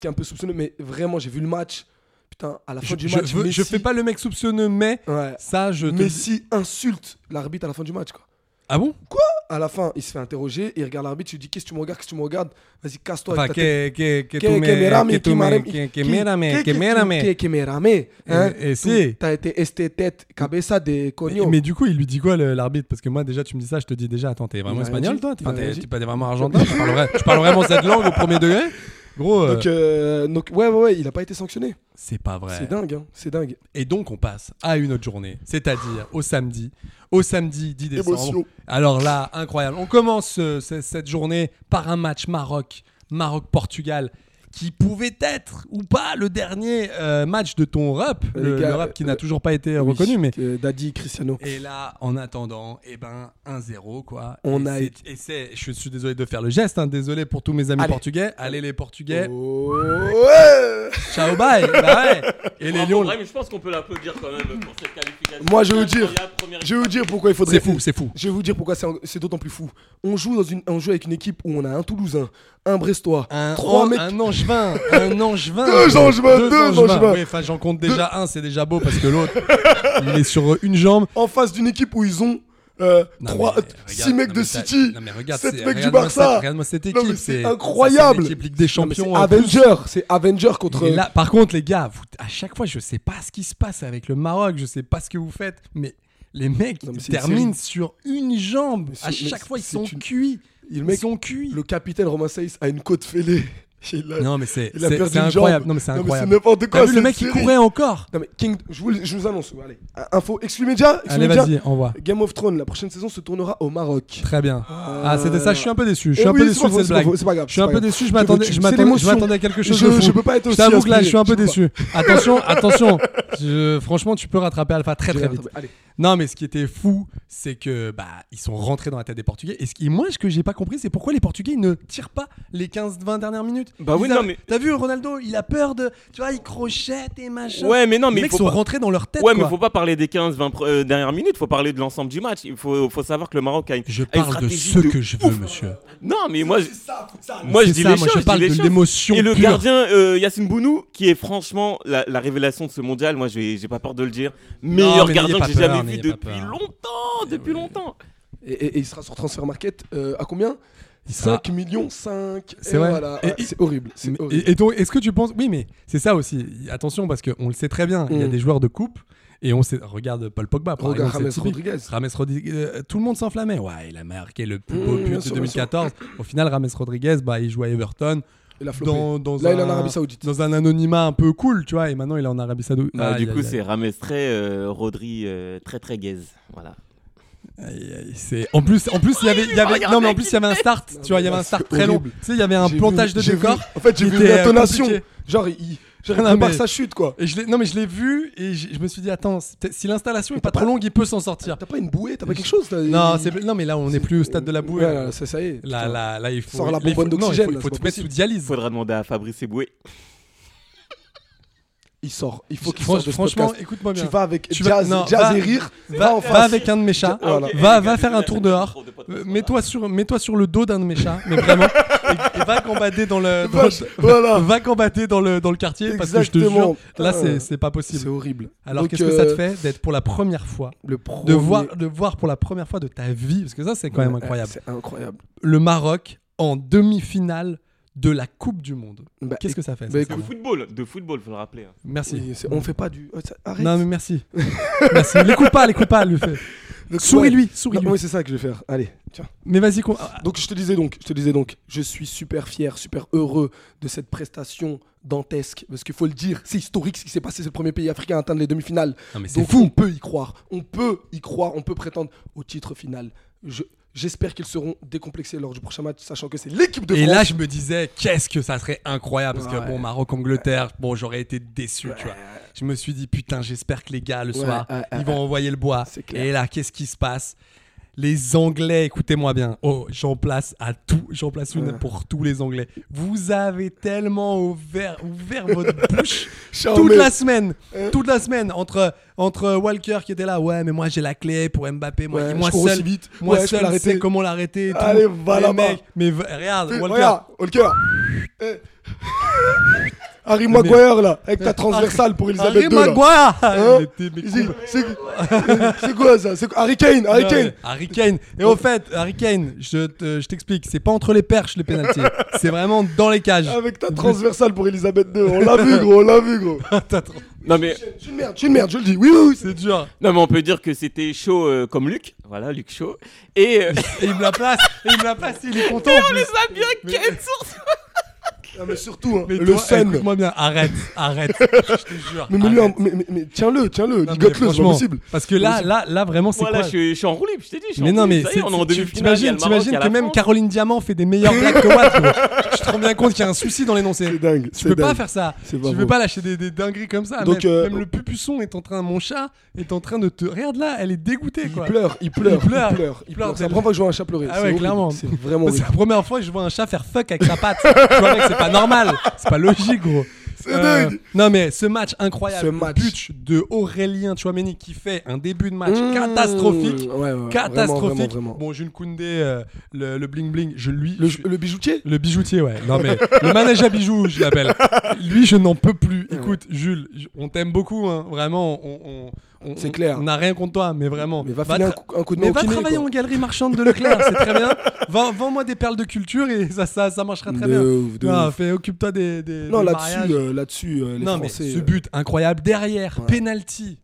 [SPEAKER 2] qui est un peu soupçonneux, mais vraiment, j'ai vu le match. Putain, à la fin
[SPEAKER 1] Je,
[SPEAKER 2] du
[SPEAKER 1] je
[SPEAKER 2] match,
[SPEAKER 1] veux- je
[SPEAKER 2] Messi,
[SPEAKER 1] fais pas le mec soupçonneux, mais
[SPEAKER 2] Ouais.
[SPEAKER 1] ça, je te.
[SPEAKER 2] Messi insulte l'arbitre à la fin du match. Quoi.
[SPEAKER 1] Ah bon
[SPEAKER 2] À la fin, il se fait interroger, il regarde l'arbitre, il lui dit Qu'est-ce que tu me regardes Qu'est-ce que tu me regardes Vas-y, casse-toi.
[SPEAKER 1] Enfin,
[SPEAKER 2] avec ta tête.
[SPEAKER 1] que, que, que
[SPEAKER 2] Que-
[SPEAKER 1] tu me-
[SPEAKER 2] que me rame,
[SPEAKER 1] que tu
[SPEAKER 2] que
[SPEAKER 1] me-
[SPEAKER 2] me-
[SPEAKER 1] que- que
[SPEAKER 2] qui-
[SPEAKER 1] mérame,
[SPEAKER 2] que-
[SPEAKER 1] que
[SPEAKER 2] que-
[SPEAKER 1] mérame.
[SPEAKER 2] que- que mérame, hein.
[SPEAKER 1] Eh, eh,
[SPEAKER 2] Tu-
[SPEAKER 1] si.
[SPEAKER 2] T'as été este tête, cabeza de
[SPEAKER 1] Mais,
[SPEAKER 2] coño.
[SPEAKER 1] mais du coup, il lui dit quoi le- l'arbitre Parce que moi, déjà, tu me dis ça, je te dis déjà, attends, t'es vraiment
[SPEAKER 2] Il a rien
[SPEAKER 1] espagnol,
[SPEAKER 2] dit.
[SPEAKER 1] toi
[SPEAKER 2] Il
[SPEAKER 1] Enfin,
[SPEAKER 2] a
[SPEAKER 1] t'es-
[SPEAKER 2] rien
[SPEAKER 1] tu
[SPEAKER 2] dit.
[SPEAKER 1] parles vraiment argentin tu parles, vrai- tu parles vraiment cette langue au premier degré Gros, euh,
[SPEAKER 2] donc, euh, donc, ouais, ouais, ouais, il a pas été sanctionné.
[SPEAKER 1] c'est pas vrai.
[SPEAKER 2] C'est dingue, hein, c'est dingue.
[SPEAKER 1] Et donc, on passe à une autre journée, c'est-à-dire au samedi. Au samedi 10 décembre.
[SPEAKER 2] Émotion.
[SPEAKER 1] Alors là, incroyable. On commence euh, c- cette journée par un match Maroc, Maroc-Portugal, qui pouvait être ou pas le dernier euh, match de ton rap,
[SPEAKER 2] Les
[SPEAKER 1] le,
[SPEAKER 2] gars,
[SPEAKER 1] le rap qui
[SPEAKER 2] euh,
[SPEAKER 1] n'a toujours pas été reconnu.
[SPEAKER 2] Oui,
[SPEAKER 1] Mais...
[SPEAKER 2] euh, Daddy, Cristiano.
[SPEAKER 1] Et là, en attendant, eh ben, 1-0, quoi.
[SPEAKER 2] On
[SPEAKER 1] et
[SPEAKER 2] a
[SPEAKER 1] c'est-
[SPEAKER 2] été-
[SPEAKER 1] et c'est- je suis désolé de faire le geste, hein, désolé pour tous mes amis
[SPEAKER 2] Allez.
[SPEAKER 1] portugais. Allez, les portugais,
[SPEAKER 2] Oh, ouais.
[SPEAKER 1] ciao, bye. Bah ouais. Et les
[SPEAKER 3] Bravo,
[SPEAKER 1] lions,
[SPEAKER 3] ouais, mais je pense qu'on peut l'applaudir quand même pour cette qualification.
[SPEAKER 2] Moi, je vais vous
[SPEAKER 3] Incroyable,
[SPEAKER 2] dire.
[SPEAKER 3] première
[SPEAKER 2] Je vais vous dire pourquoi il faudrait.
[SPEAKER 1] c'est fou, c'est fou.
[SPEAKER 2] Je vais vous dire pourquoi c'est c'est d'autant plus fou. On joue, dans une, on joue avec une équipe où on a un Toulousain, un Brestois,
[SPEAKER 1] Un,
[SPEAKER 2] trois
[SPEAKER 1] an-
[SPEAKER 2] mecs.
[SPEAKER 1] un angevin, un angevin.
[SPEAKER 2] Deux angevins, deux angevins.
[SPEAKER 1] Oui, enfin, j'en compte déjà un, c'est déjà beau parce que l'autre, il est sur une jambe.
[SPEAKER 2] en face d'une équipe où ils ont euh,
[SPEAKER 1] Non,
[SPEAKER 2] trois,
[SPEAKER 1] mais, euh,
[SPEAKER 2] six
[SPEAKER 1] regarde,
[SPEAKER 2] mecs
[SPEAKER 1] non,
[SPEAKER 2] de
[SPEAKER 1] mais t'as-
[SPEAKER 2] City,
[SPEAKER 1] non, mais regarde,
[SPEAKER 2] sept
[SPEAKER 1] c'est-
[SPEAKER 2] mecs du
[SPEAKER 1] regarde-moi cette-
[SPEAKER 2] Barça.
[SPEAKER 1] Regarde-moi cette
[SPEAKER 2] Non,
[SPEAKER 1] équipe,
[SPEAKER 2] mais
[SPEAKER 1] c'est
[SPEAKER 2] c'est incroyable.
[SPEAKER 1] ça, c'est une équipe Ligue des
[SPEAKER 2] Non, mais c'est
[SPEAKER 1] Champions. en plus.
[SPEAKER 2] Avenger, c'est Avenger contre.
[SPEAKER 1] Mais là, par contre, les gars, vous- à chaque fois, je sais pas ce qui se passe avec le Maroc, je sais pas ce que vous faites, mais les mecs
[SPEAKER 2] Non, mais c'est une
[SPEAKER 1] terminent sur une jambe.
[SPEAKER 2] Mais c'est-
[SPEAKER 1] À
[SPEAKER 2] mais
[SPEAKER 1] chaque fois, ils
[SPEAKER 2] c'est
[SPEAKER 1] sont
[SPEAKER 2] une-
[SPEAKER 1] cuits.
[SPEAKER 2] le
[SPEAKER 1] Ils
[SPEAKER 2] mec-
[SPEAKER 1] sont cuits.
[SPEAKER 2] Le capitaine Romain Saïs a une côte fêlée. Il a-
[SPEAKER 1] Non, mais c'est
[SPEAKER 2] il a
[SPEAKER 1] c'est-
[SPEAKER 2] perdu
[SPEAKER 1] c'est
[SPEAKER 2] une
[SPEAKER 1] incroyable.
[SPEAKER 2] jambe.
[SPEAKER 1] Non, mais c'est
[SPEAKER 2] Non, mais
[SPEAKER 1] incroyable.
[SPEAKER 2] c'est n'importe quoi,
[SPEAKER 1] T'as vu le
[SPEAKER 2] cette
[SPEAKER 1] mec, il
[SPEAKER 2] série.
[SPEAKER 1] courait encore.
[SPEAKER 2] Non, mais King, je vous, je vous annonce, allez, info, exclu média, exclu
[SPEAKER 1] Allez,
[SPEAKER 2] média.
[SPEAKER 1] vas-y, envoie.
[SPEAKER 2] Game of Thrones, la prochaine saison se tournera au Maroc.
[SPEAKER 1] Très bien. Ah, c'était ça. Je suis un peu déçu. Je suis
[SPEAKER 2] Eh
[SPEAKER 1] un peu
[SPEAKER 2] oui,
[SPEAKER 1] déçu
[SPEAKER 2] c'est
[SPEAKER 1] de cette
[SPEAKER 2] pas grave,
[SPEAKER 1] blague.
[SPEAKER 2] c'est pas grave,
[SPEAKER 1] Je suis un
[SPEAKER 2] c'est pas
[SPEAKER 1] peu
[SPEAKER 2] grave.
[SPEAKER 1] déçu. Je
[SPEAKER 2] Tu-
[SPEAKER 1] m'attendais,
[SPEAKER 2] tu-
[SPEAKER 1] je
[SPEAKER 2] c'est
[SPEAKER 1] m'attendais, je
[SPEAKER 2] l'émotion.
[SPEAKER 1] m'attendais à quelque chose
[SPEAKER 2] Je-
[SPEAKER 1] de fou.
[SPEAKER 2] je peux pas être aussi
[SPEAKER 1] t'avoue que là, je
[SPEAKER 2] inspiré,
[SPEAKER 1] suis un peu
[SPEAKER 2] je peux
[SPEAKER 1] déçu. Attention, attention. Je- franchement, tu peux rattraper Alpha très très vite.
[SPEAKER 2] Allez.
[SPEAKER 1] Non, mais ce qui était fou, c'est que bah ils sont rentrés dans la tête des Portugais. Et ce qui, moi, ce que j'ai pas compris, c'est pourquoi les Portugais ils ne tirent pas les 15-20 dernières minutes.
[SPEAKER 3] Bah oui,
[SPEAKER 1] Ils a-
[SPEAKER 3] non, mais-
[SPEAKER 1] T'as vu Ronaldo, il a peur de, tu vois, il crochette et machin.
[SPEAKER 3] Ouais, mais non, mais
[SPEAKER 1] les
[SPEAKER 3] il
[SPEAKER 1] mecs
[SPEAKER 3] faut
[SPEAKER 1] sont
[SPEAKER 3] pas-
[SPEAKER 1] rentrés dans leur tête.
[SPEAKER 3] Ouais,
[SPEAKER 1] quoi.
[SPEAKER 3] mais faut pas parler des 15-20 pre- euh, dernières minutes, faut parler de l'ensemble du match. Il faut, faut savoir que le Maroc a une.
[SPEAKER 1] Je
[SPEAKER 3] a une
[SPEAKER 1] parle de
[SPEAKER 3] stratégie
[SPEAKER 1] ce
[SPEAKER 3] de
[SPEAKER 1] que je veux,
[SPEAKER 3] ouf.
[SPEAKER 1] monsieur.
[SPEAKER 3] Non, mais moi, je- moi
[SPEAKER 1] C'est
[SPEAKER 3] je dis
[SPEAKER 1] ça,
[SPEAKER 3] les
[SPEAKER 1] moi,
[SPEAKER 3] choses.
[SPEAKER 1] je
[SPEAKER 3] dis
[SPEAKER 1] parle
[SPEAKER 3] les
[SPEAKER 1] de
[SPEAKER 3] choses.
[SPEAKER 1] l'émotion
[SPEAKER 3] Et le
[SPEAKER 1] pure.
[SPEAKER 3] gardien euh, Yacine Bounou, qui est franchement la, la révélation de ce mondial, moi j'ai j'ai pas peur de le dire. Meilleur
[SPEAKER 1] mais n'ayez
[SPEAKER 3] gardien
[SPEAKER 1] pas
[SPEAKER 3] que j'ai
[SPEAKER 1] peur,
[SPEAKER 3] jamais vu
[SPEAKER 1] n'ayez pas
[SPEAKER 3] depuis
[SPEAKER 1] peur.
[SPEAKER 3] longtemps, depuis longtemps.
[SPEAKER 2] Et, et- et il sera sur Transfer Market euh, à combien
[SPEAKER 1] Il
[SPEAKER 2] 5 millions 5
[SPEAKER 1] C'est vrai. Et- et-
[SPEAKER 2] c'est horrible c'est
[SPEAKER 1] Mais-
[SPEAKER 2] horrible
[SPEAKER 1] Et, et donc, est-ce que tu penses Oui, mais c'est ça aussi. Attention, parce qu'on le sait très bien. Il y a
[SPEAKER 2] Mm.
[SPEAKER 1] des joueurs de coupe. Et on sait, regarde Paul Pogba, par
[SPEAKER 2] Regarde
[SPEAKER 1] exemple,
[SPEAKER 2] James
[SPEAKER 1] c'est typique.
[SPEAKER 2] Rodriguez.
[SPEAKER 1] James Rodriguez, euh, tout le monde s'enflammait. Ouais, il a marqué le plus beau
[SPEAKER 2] Mm, bien
[SPEAKER 1] but de
[SPEAKER 2] sûr, bien
[SPEAKER 1] 2014. Au final, Rames Rodriguez, bah, il joue à Everton
[SPEAKER 2] il a flopé
[SPEAKER 1] dans, dans
[SPEAKER 2] là
[SPEAKER 1] un,
[SPEAKER 2] il est en Arabie Saoudite
[SPEAKER 1] dans un anonymat un peu cool, tu vois. Et maintenant, il est en Arabie Saoudite.
[SPEAKER 3] Bah,
[SPEAKER 1] Aïe,
[SPEAKER 3] du coup,
[SPEAKER 1] aïe,
[SPEAKER 3] c'est Rames très euh, Rodri euh, très très gaze. Voilà.
[SPEAKER 1] aïe, aïe, c'est- En plus, en plus, il y avait, il y avait- non, mais en plus, il y avait un start. Tu vois, il y avait un
[SPEAKER 2] c'est
[SPEAKER 1] start très long. Tu
[SPEAKER 2] horrible.
[SPEAKER 1] sais, il y avait un
[SPEAKER 2] J'ai
[SPEAKER 1] plantage
[SPEAKER 2] vu-
[SPEAKER 1] de
[SPEAKER 2] j'ai vu-
[SPEAKER 1] décor.
[SPEAKER 2] en fait j'ai
[SPEAKER 1] qui
[SPEAKER 2] vu
[SPEAKER 1] était, euh,
[SPEAKER 2] l'intonation
[SPEAKER 1] compliqué.
[SPEAKER 2] genre il, il genre, il
[SPEAKER 1] Non,
[SPEAKER 2] prépare
[SPEAKER 1] mais-
[SPEAKER 2] sa chute quoi
[SPEAKER 1] Et je l'ai- non mais je l'ai vu et je, je me suis dit attends c'est peut-être- si l'installation est pas trop longue il peut s'en sortir.
[SPEAKER 2] t'as pas une bouée t'as pas quelque chose là,
[SPEAKER 1] Non
[SPEAKER 2] il-
[SPEAKER 1] c'est non mais là on n'est plus au stade de la bouée.
[SPEAKER 2] Ouais, là, ça, ça y est
[SPEAKER 1] là,
[SPEAKER 2] putain.
[SPEAKER 1] là là il faut
[SPEAKER 2] Sors la
[SPEAKER 1] il faut-
[SPEAKER 2] bonbonne
[SPEAKER 1] non, il
[SPEAKER 2] d'oxygène,
[SPEAKER 1] faut- il
[SPEAKER 2] là,
[SPEAKER 1] faut
[SPEAKER 2] c'est
[SPEAKER 1] te
[SPEAKER 2] pas
[SPEAKER 1] mettre sous
[SPEAKER 2] possible.
[SPEAKER 1] dialyse.
[SPEAKER 3] Faudra demander à Fabrice Eboué.
[SPEAKER 2] il sort il faut qu'il
[SPEAKER 1] Franch-
[SPEAKER 2] sorte de ce
[SPEAKER 1] franchement,
[SPEAKER 2] podcast.
[SPEAKER 1] écoute-moi bien.
[SPEAKER 2] tu vas avec
[SPEAKER 1] Tu vas-
[SPEAKER 2] jazz
[SPEAKER 1] non,
[SPEAKER 2] jazz
[SPEAKER 1] va-
[SPEAKER 2] et rire
[SPEAKER 1] Va,
[SPEAKER 2] va en
[SPEAKER 1] va
[SPEAKER 2] face
[SPEAKER 1] avec un de mes chats,
[SPEAKER 2] Ah, ok.
[SPEAKER 1] va,
[SPEAKER 3] Ok,
[SPEAKER 1] va faire un
[SPEAKER 3] désolé,
[SPEAKER 1] tour
[SPEAKER 3] j'ai
[SPEAKER 1] dehors,
[SPEAKER 3] trop de podcasts,
[SPEAKER 1] Euh,
[SPEAKER 3] voilà.
[SPEAKER 1] mets-toi sur, mets-toi sur le dos d'un de mes chats, mais vraiment, et, et va combatter dans le, dans-
[SPEAKER 2] Vache, voilà.
[SPEAKER 1] va combatter dans le, dans le quartier, parce que je te jure,
[SPEAKER 2] Exactement.
[SPEAKER 1] là
[SPEAKER 2] Putain.
[SPEAKER 1] c'est, c'est pas
[SPEAKER 2] c'est
[SPEAKER 1] possible.
[SPEAKER 2] horrible
[SPEAKER 1] Alors
[SPEAKER 2] Donc,
[SPEAKER 1] qu'est-ce que ça te
[SPEAKER 2] euh,
[SPEAKER 1] fait d'être pour la première fois,
[SPEAKER 2] le premier-
[SPEAKER 1] de voir, de voir pour la première fois de ta vie, parce que ça c'est quand même
[SPEAKER 2] Ouais,
[SPEAKER 1] incroyable.
[SPEAKER 2] c'est incroyable
[SPEAKER 1] le Maroc en demi-finale de la Coupe du Monde.
[SPEAKER 2] Bah,
[SPEAKER 1] Qu'est-ce que ça fait
[SPEAKER 2] bah,
[SPEAKER 1] ça,
[SPEAKER 2] écoute,
[SPEAKER 3] De
[SPEAKER 1] Sarah
[SPEAKER 3] football, de football, faut le rappeler. hein.
[SPEAKER 1] Merci.
[SPEAKER 2] Et c'est- On fait pas du. oh, ça- Arrête.
[SPEAKER 1] Non mais merci. merci. L'écoute pas, l'écoute pas, lui fait.
[SPEAKER 2] Donc,
[SPEAKER 1] Souris-lui,
[SPEAKER 2] ouais.
[SPEAKER 1] souris-lui.
[SPEAKER 2] Non, Oui, c'est ça que je vais faire. Allez, tiens.
[SPEAKER 1] Mais vas-y qu'on-
[SPEAKER 2] Donc je te disais donc, je te disais donc, je suis super fier, super heureux de cette prestation dantesque parce qu'il faut le dire, c'est historique ce qui s'est passé, c'est le premier pays africain à atteindre les demi-finales.
[SPEAKER 1] Non, mais c'est
[SPEAKER 2] Donc
[SPEAKER 1] fou.
[SPEAKER 2] on peut y croire, on peut y croire, on peut prétendre au titre final. Je- J'espère qu'ils seront décomplexés lors du prochain match, sachant que c'est l'équipe de
[SPEAKER 1] Et
[SPEAKER 2] France.
[SPEAKER 1] là, je me disais, qu'est-ce que ça serait incroyable parce que
[SPEAKER 2] Ouais.
[SPEAKER 1] bon, Maroc, Angleterre, bon, j'aurais été déçu, tu vois. Je me suis dit, putain, j'espère que les gars le
[SPEAKER 2] Ouais,
[SPEAKER 1] soir,
[SPEAKER 2] ouais,
[SPEAKER 1] ils
[SPEAKER 2] ouais,
[SPEAKER 1] vont envoyer le bois.
[SPEAKER 2] C'est clair.
[SPEAKER 1] Et là, qu'est-ce qui se passe Les Anglais, écoutez-moi bien. Oh, j'en place à tout, j'en place une pour tous les Anglais. Vous avez tellement ouvert, ouvert votre bouche toute
[SPEAKER 2] mais-
[SPEAKER 1] la semaine,
[SPEAKER 2] Euh.
[SPEAKER 1] toute la semaine entre entre Walker qui était là, ouais, mais moi j'ai la clé pour Mbappé, moi,
[SPEAKER 2] Ouais,
[SPEAKER 1] moi
[SPEAKER 2] je cours
[SPEAKER 1] seul,
[SPEAKER 2] aussi vite.
[SPEAKER 1] moi
[SPEAKER 2] Ouais, je
[SPEAKER 1] seul,
[SPEAKER 2] peux
[SPEAKER 1] je sais
[SPEAKER 2] l'arrêter.
[SPEAKER 1] comment l'arrêter. et tout.
[SPEAKER 2] Allez, va
[SPEAKER 1] Eh,
[SPEAKER 2] là-bas.
[SPEAKER 1] mec, mais v- regarde, Walker.
[SPEAKER 2] Regarde, Euh, Walker. Eh. Harry Maguire là, avec ta transversale pour Elisabeth
[SPEAKER 1] Harry
[SPEAKER 2] II, là.
[SPEAKER 1] Maguire
[SPEAKER 2] Hein
[SPEAKER 1] Il était- mais
[SPEAKER 2] C'est-
[SPEAKER 1] cool.
[SPEAKER 2] C'est c'est quoi ça C'est quoi Harry Kane, Harry
[SPEAKER 1] Non,
[SPEAKER 2] Kane.
[SPEAKER 1] mais Harry Kane. Et au fait, Harry Kane, je te- je t'explique, c'est pas entre les perches les pénalties. c'est vraiment dans les cages.
[SPEAKER 2] Avec ta transversale pour Elisabeth II, on l'a vu gros, on l'a vu gros.
[SPEAKER 1] T'as trop-
[SPEAKER 3] Non mais,
[SPEAKER 2] Je suis une merde, je suis une merde, je le dis. Oui, oui, oui.
[SPEAKER 1] C'est dur.
[SPEAKER 3] non mais on peut dire que c'était chaud euh, comme Luc. Voilà, Luc chaud. Et euh,
[SPEAKER 1] Et il me la place. Et il me la place. Il est content. en
[SPEAKER 3] on les
[SPEAKER 1] plus.
[SPEAKER 3] a bien ken sur
[SPEAKER 2] Ah, mais surtout, hein,
[SPEAKER 1] Mais
[SPEAKER 2] le
[SPEAKER 1] toi,
[SPEAKER 2] Sun.
[SPEAKER 1] Écoute-moi bien. Arrête. Arrête. Je te jure.
[SPEAKER 2] Mais, mais lui,
[SPEAKER 1] arrête.
[SPEAKER 2] un- mais- mais- mais tiens-le, tiens-le,
[SPEAKER 1] Non, mais
[SPEAKER 2] ligote-le, c'est pas
[SPEAKER 1] franchement,
[SPEAKER 2] possible.
[SPEAKER 1] Parce que là, là, là, vraiment, c'est
[SPEAKER 3] Moi là,
[SPEAKER 1] quoi
[SPEAKER 3] je suis, je suis enroulé, je t'ai dit. je suis
[SPEAKER 1] Mais non,
[SPEAKER 3] enroulé,
[SPEAKER 1] mais
[SPEAKER 3] ça y
[SPEAKER 1] c'est-
[SPEAKER 3] est, on est en
[SPEAKER 1] tu-
[SPEAKER 3] demi-finale. il y a
[SPEAKER 1] t'imagines,
[SPEAKER 3] le Maroc, il
[SPEAKER 1] t'imagines
[SPEAKER 3] y a
[SPEAKER 1] que
[SPEAKER 3] la
[SPEAKER 1] même
[SPEAKER 3] France.
[SPEAKER 1] Caroline Diamant fait des meilleurs blagues que moi. tu vois. Je te rends bien compte qu'il y a un souci dans l'énoncé.
[SPEAKER 2] C'est
[SPEAKER 1] Tu
[SPEAKER 2] dingue, c'est
[SPEAKER 1] peux pas
[SPEAKER 2] dingue.
[SPEAKER 1] faire ça.
[SPEAKER 2] C'est pas
[SPEAKER 1] tu
[SPEAKER 2] beau.
[SPEAKER 1] peux pas lâcher des, des dingueries comme ça.
[SPEAKER 2] Donc,
[SPEAKER 1] même,
[SPEAKER 2] euh,
[SPEAKER 1] même le pupuçon est en train, mon chat est en train de te. Regarde là, elle est dégoûtée
[SPEAKER 2] Il
[SPEAKER 1] quoi.
[SPEAKER 2] pleure, il pleure, il pleure, il pleure. C'est la
[SPEAKER 1] d'elle.
[SPEAKER 2] première fois que je vois un chat pleurer.
[SPEAKER 1] Ah
[SPEAKER 2] c'est
[SPEAKER 1] ouais,
[SPEAKER 2] horrible,
[SPEAKER 1] clairement.
[SPEAKER 2] C'est vraiment
[SPEAKER 1] Moi, C'est
[SPEAKER 2] horrible.
[SPEAKER 1] la première fois que je vois un chat faire fuck avec sa patte. tu vois, mec, c'est pas normal. C'est pas logique, gros. C'est
[SPEAKER 2] dingue.
[SPEAKER 1] Non, mais ce match incroyable.
[SPEAKER 2] Ce
[SPEAKER 1] Le
[SPEAKER 2] match.
[SPEAKER 1] But de Aurélien Chouameni qui fait un début de match
[SPEAKER 2] Mmh,
[SPEAKER 1] catastrophique.
[SPEAKER 2] ouais, ouais, Euh, vraiment,
[SPEAKER 1] catastrophique.
[SPEAKER 2] vraiment, vraiment.
[SPEAKER 1] Bon, Jules Koundé, euh, le, le bling bling, je lui.
[SPEAKER 2] Le,
[SPEAKER 1] je-
[SPEAKER 2] le bijoutier
[SPEAKER 1] le bijoutier, ouais. Non, mais le manager bijoux, je l'appelle. Lui, je n'en peux plus. Écoute, Jules, j- on t'aime beaucoup, hein. vraiment. On, on- on-
[SPEAKER 2] C'est clair.
[SPEAKER 1] On n'a rien contre toi, mais vraiment.
[SPEAKER 2] Mais va filer un
[SPEAKER 1] tra-
[SPEAKER 2] coup- un coup de main
[SPEAKER 1] Mais
[SPEAKER 2] au
[SPEAKER 1] va
[SPEAKER 2] kiné,
[SPEAKER 1] travailler
[SPEAKER 2] quoi.
[SPEAKER 1] en galerie marchande de Leclerc, c'est très bien. Va- Vends-moi des perles de culture et ça, ça, ça marchera très
[SPEAKER 2] De
[SPEAKER 1] bien.
[SPEAKER 2] ouf, de
[SPEAKER 1] Non,
[SPEAKER 2] ouf.
[SPEAKER 1] fais- Occupe-toi des, des.
[SPEAKER 2] Non,
[SPEAKER 1] des
[SPEAKER 2] là-dessus,
[SPEAKER 1] mariages.
[SPEAKER 2] euh, là-dessus, euh, les
[SPEAKER 1] non, mais
[SPEAKER 2] Français.
[SPEAKER 1] ce
[SPEAKER 2] euh,
[SPEAKER 1] but incroyable. Derrière,
[SPEAKER 2] voilà.
[SPEAKER 1] penalty.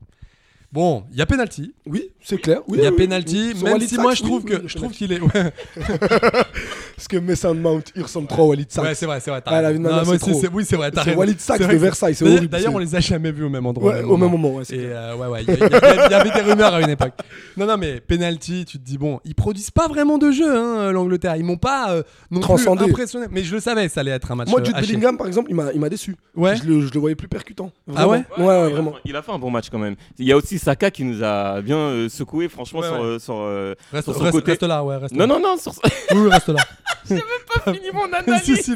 [SPEAKER 1] Bon, il y a penalty.
[SPEAKER 2] Oui, c'est clair. Oui,
[SPEAKER 1] Il y a
[SPEAKER 2] oui,
[SPEAKER 1] penalty,
[SPEAKER 2] oui. Sur
[SPEAKER 1] même
[SPEAKER 2] Walid
[SPEAKER 1] si moi
[SPEAKER 2] Sachs,
[SPEAKER 1] je
[SPEAKER 2] oui,
[SPEAKER 1] trouve
[SPEAKER 2] oui,
[SPEAKER 1] que
[SPEAKER 2] le
[SPEAKER 1] je trouve
[SPEAKER 2] penalty.
[SPEAKER 1] qu'il est ouais,
[SPEAKER 2] Parce que Mason Mount, il ressemble trop à Walid Sachs.
[SPEAKER 1] ouais c'est vrai c'est vrai t'as
[SPEAKER 2] Ah, la
[SPEAKER 1] raison.
[SPEAKER 2] vie de ma mère,
[SPEAKER 1] moi
[SPEAKER 2] c'est
[SPEAKER 1] aussi,
[SPEAKER 2] trop.
[SPEAKER 1] c'est oui c'est vrai t'as
[SPEAKER 2] C'est
[SPEAKER 1] raison.
[SPEAKER 2] Walid Sachs
[SPEAKER 1] C'est
[SPEAKER 2] de
[SPEAKER 1] vrai que-
[SPEAKER 2] Versailles, c'est
[SPEAKER 1] d'ailleurs-
[SPEAKER 2] horrible,
[SPEAKER 1] d'ailleurs
[SPEAKER 2] c'est-
[SPEAKER 1] on les a jamais vus au même endroit
[SPEAKER 2] Ouais, au même moment, ouais, c'est
[SPEAKER 1] et
[SPEAKER 2] clair.
[SPEAKER 1] euh, ouais ouais il y, a- il y avait- il y avait des rumeurs à une époque non non mais penalty tu te dis bon ils produisent pas vraiment de jeu hein, l'Angleterre ils m'ont pas euh, non plus
[SPEAKER 2] Transcendé.
[SPEAKER 1] impressionné mais je le savais ça allait être un match
[SPEAKER 2] Moi,
[SPEAKER 1] euh,
[SPEAKER 2] Jude
[SPEAKER 1] haché.
[SPEAKER 2] Bellingham, par exemple, il m'a il m'a déçu.
[SPEAKER 1] Ouais.
[SPEAKER 2] Je le, je le voyais plus percutant.
[SPEAKER 1] Ah ouais
[SPEAKER 2] Vraiment. Ouais, ouais, vraiment.
[SPEAKER 3] Il a fait un bon match quand même. Il y a aussi Saka qui nous a bien euh, secoué, franchement,
[SPEAKER 1] Ouais,
[SPEAKER 3] sur,
[SPEAKER 1] ouais.
[SPEAKER 3] euh, sur, euh,
[SPEAKER 1] reste,
[SPEAKER 3] sur son
[SPEAKER 1] reste-
[SPEAKER 3] côté.
[SPEAKER 1] reste là ouais reste là.
[SPEAKER 3] Non, non, non, sur
[SPEAKER 1] Oui, oui, reste là
[SPEAKER 3] Fini mon
[SPEAKER 1] Si,
[SPEAKER 3] analyse.
[SPEAKER 1] si, si.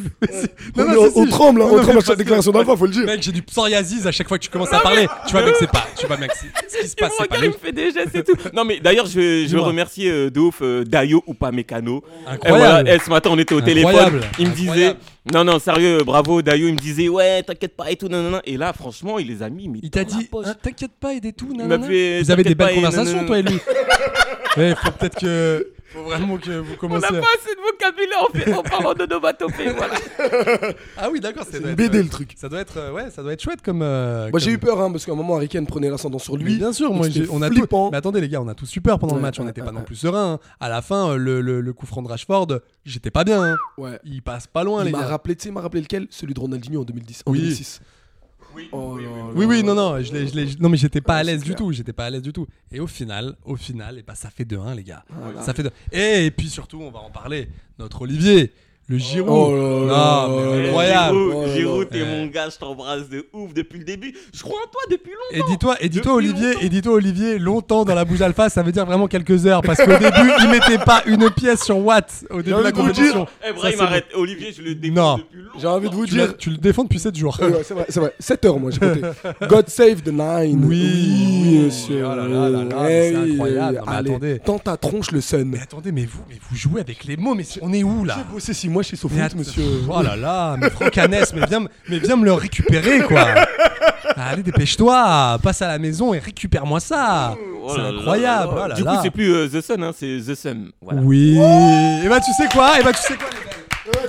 [SPEAKER 2] On
[SPEAKER 1] Non, non,
[SPEAKER 2] on-
[SPEAKER 1] si, si.
[SPEAKER 2] on tremble, hein,
[SPEAKER 1] Non, mais
[SPEAKER 2] on tremble à
[SPEAKER 1] parce
[SPEAKER 2] chaque
[SPEAKER 1] que-
[SPEAKER 2] déclaration d'alpha, faut le dire.
[SPEAKER 1] Mec, j'ai du psoriasis à chaque fois que tu commences à parler. Tu vois, mec, c'est pas. Tu vois, mec, c'est- ce qui se
[SPEAKER 3] Il
[SPEAKER 1] passe,
[SPEAKER 3] me
[SPEAKER 1] c'est pas
[SPEAKER 3] regarde, il me
[SPEAKER 1] logique.
[SPEAKER 3] fait des gestes et tout. Non, mais d'ailleurs, je, je veux
[SPEAKER 1] Dis-moi.
[SPEAKER 3] remercier euh, de ouf euh, Dayo ou pas Mécano.
[SPEAKER 1] Incroyable.
[SPEAKER 3] Et voilà, eh, ce matin, on était au
[SPEAKER 1] Incroyable.
[SPEAKER 3] téléphone. Il me disait,
[SPEAKER 1] Incroyable.
[SPEAKER 3] non, non, sérieux, bravo Dayo. Il me disait, ouais, t'inquiète pas et tout. Non, non, non. Et là, franchement, il les a mis. mais
[SPEAKER 1] Il t'a
[SPEAKER 3] dans la
[SPEAKER 1] dit,
[SPEAKER 3] poche.
[SPEAKER 1] Ah, t'inquiète pas, et des tout,
[SPEAKER 3] m'a
[SPEAKER 1] nanana.
[SPEAKER 3] fait,
[SPEAKER 1] Vous avez des
[SPEAKER 3] t'inquiète
[SPEAKER 1] belles
[SPEAKER 3] pas, et
[SPEAKER 1] conversations,
[SPEAKER 3] nanana.
[SPEAKER 1] toi et lui. Ouais, faut peut-être que. Faut vraiment que vous
[SPEAKER 3] on n'a
[SPEAKER 1] commencez.
[SPEAKER 3] pas
[SPEAKER 1] à-
[SPEAKER 3] assez de vocabulaire en, fait, en parlant de novatopée. Voilà.
[SPEAKER 1] Ah oui, d'accord, c'est
[SPEAKER 2] une BD, le truc.
[SPEAKER 1] Ça doit être, euh, ouais, ça doit être chouette comme. euh,
[SPEAKER 2] Moi, j'ai
[SPEAKER 1] comme-
[SPEAKER 2] eu peur, hein, parce qu'à un moment, Harry Kane prenait l'ascendant sur
[SPEAKER 1] Mais
[SPEAKER 2] lui.
[SPEAKER 1] bien sûr,
[SPEAKER 2] Donc,
[SPEAKER 1] moi,
[SPEAKER 2] c'était
[SPEAKER 1] j'ai- on a tout. Bah,
[SPEAKER 2] flippant.
[SPEAKER 1] Mais attendez, les gars, on a tout super pendant le
[SPEAKER 2] Ouais,
[SPEAKER 1] match. On
[SPEAKER 2] ouais,
[SPEAKER 1] n'était
[SPEAKER 2] ouais,
[SPEAKER 1] pas non
[SPEAKER 2] ouais.
[SPEAKER 1] plus serein. À la fin, euh, le, le- le coup franc de Rashford, j'étais pas bien. hein.
[SPEAKER 2] Ouais.
[SPEAKER 1] Il passe pas loin,
[SPEAKER 2] Il
[SPEAKER 1] les
[SPEAKER 2] m'a
[SPEAKER 1] gars.
[SPEAKER 2] rappelé, tu sais, il m'a rappelé lequel Celui de Ronaldinho en 2010. En
[SPEAKER 1] Oui.
[SPEAKER 2] 2006. Oh là là.
[SPEAKER 1] Oui, oui, non, non, je l'ai- je l'ai- je- non, mais j'étais pas à
[SPEAKER 2] Ouais,
[SPEAKER 1] l'aise
[SPEAKER 2] Euh, c'est
[SPEAKER 1] du
[SPEAKER 2] clair.
[SPEAKER 1] tout, j'étais pas à l'aise du tout. Et au final, au final, et bah, ça fait 2-1, les gars. Ça fait 2 et, et puis surtout, on va en parler, notre Olivier, le Giroud.
[SPEAKER 2] Oh là là
[SPEAKER 1] Non, mais
[SPEAKER 2] là là.
[SPEAKER 1] incroyable.
[SPEAKER 3] Giroud,
[SPEAKER 2] Oh là là.
[SPEAKER 3] Giroud, t'es
[SPEAKER 1] Ouais.
[SPEAKER 3] mon gars, je t'embrasse de ouf depuis le début. Je crois en toi depuis longtemps.
[SPEAKER 1] Et dis-toi, et dis-toi
[SPEAKER 3] Depuis
[SPEAKER 1] Olivier,
[SPEAKER 3] longtemps.
[SPEAKER 1] et dis-toi Olivier, longtemps dans la bouche alpha, ça veut dire vraiment quelques heures, parce qu'au début, il mettait pas une pièce sur Watt au début de la
[SPEAKER 2] envie de vous
[SPEAKER 1] compétition.
[SPEAKER 3] Eh,
[SPEAKER 1] Ça,
[SPEAKER 3] Brahim,
[SPEAKER 1] c'est bon.
[SPEAKER 3] arrête. Olivier, je le
[SPEAKER 1] Non.
[SPEAKER 3] défends depuis longtemps.
[SPEAKER 2] J'ai envie de vous
[SPEAKER 1] Tu, l'as-
[SPEAKER 2] dire.
[SPEAKER 1] tu le défends depuis 7 jours.
[SPEAKER 2] Ouais, ouais, c'est vrai, c'est vrai. 7 heures, moi, j'ai compté. God save the Nine.
[SPEAKER 1] Oui, oui,
[SPEAKER 2] monsieur.
[SPEAKER 1] oh là là là là,
[SPEAKER 2] Eh
[SPEAKER 1] c'est
[SPEAKER 2] oui,
[SPEAKER 1] incroyable.
[SPEAKER 2] eh oui.
[SPEAKER 1] Non, mais
[SPEAKER 2] Allez,
[SPEAKER 1] attendez.
[SPEAKER 2] Dans ta tronche, le sun.
[SPEAKER 1] Mais attendez, mais vous, mais vous jouez avec les mots, mais on est où là
[SPEAKER 2] J'ai bossé 6 mois chez
[SPEAKER 1] Mais
[SPEAKER 2] Sofoot,
[SPEAKER 1] att-
[SPEAKER 2] monsieur.
[SPEAKER 1] Oh là là, mais Franck Hanès, mais viens, me- mais viens me le récupérer, quoi. Ah, Allez, dépêche-toi, passe à la maison et récupère-moi ça.
[SPEAKER 3] Oh
[SPEAKER 1] c'est
[SPEAKER 3] là là
[SPEAKER 1] incroyable.
[SPEAKER 3] là là.
[SPEAKER 1] oh là
[SPEAKER 3] du
[SPEAKER 1] là.
[SPEAKER 3] coup, c'est plus euh, The Sun, hein, c'est The Sum. Voilà.
[SPEAKER 1] Oui. Et bah, tu sais quoi Et bah, tu sais quoi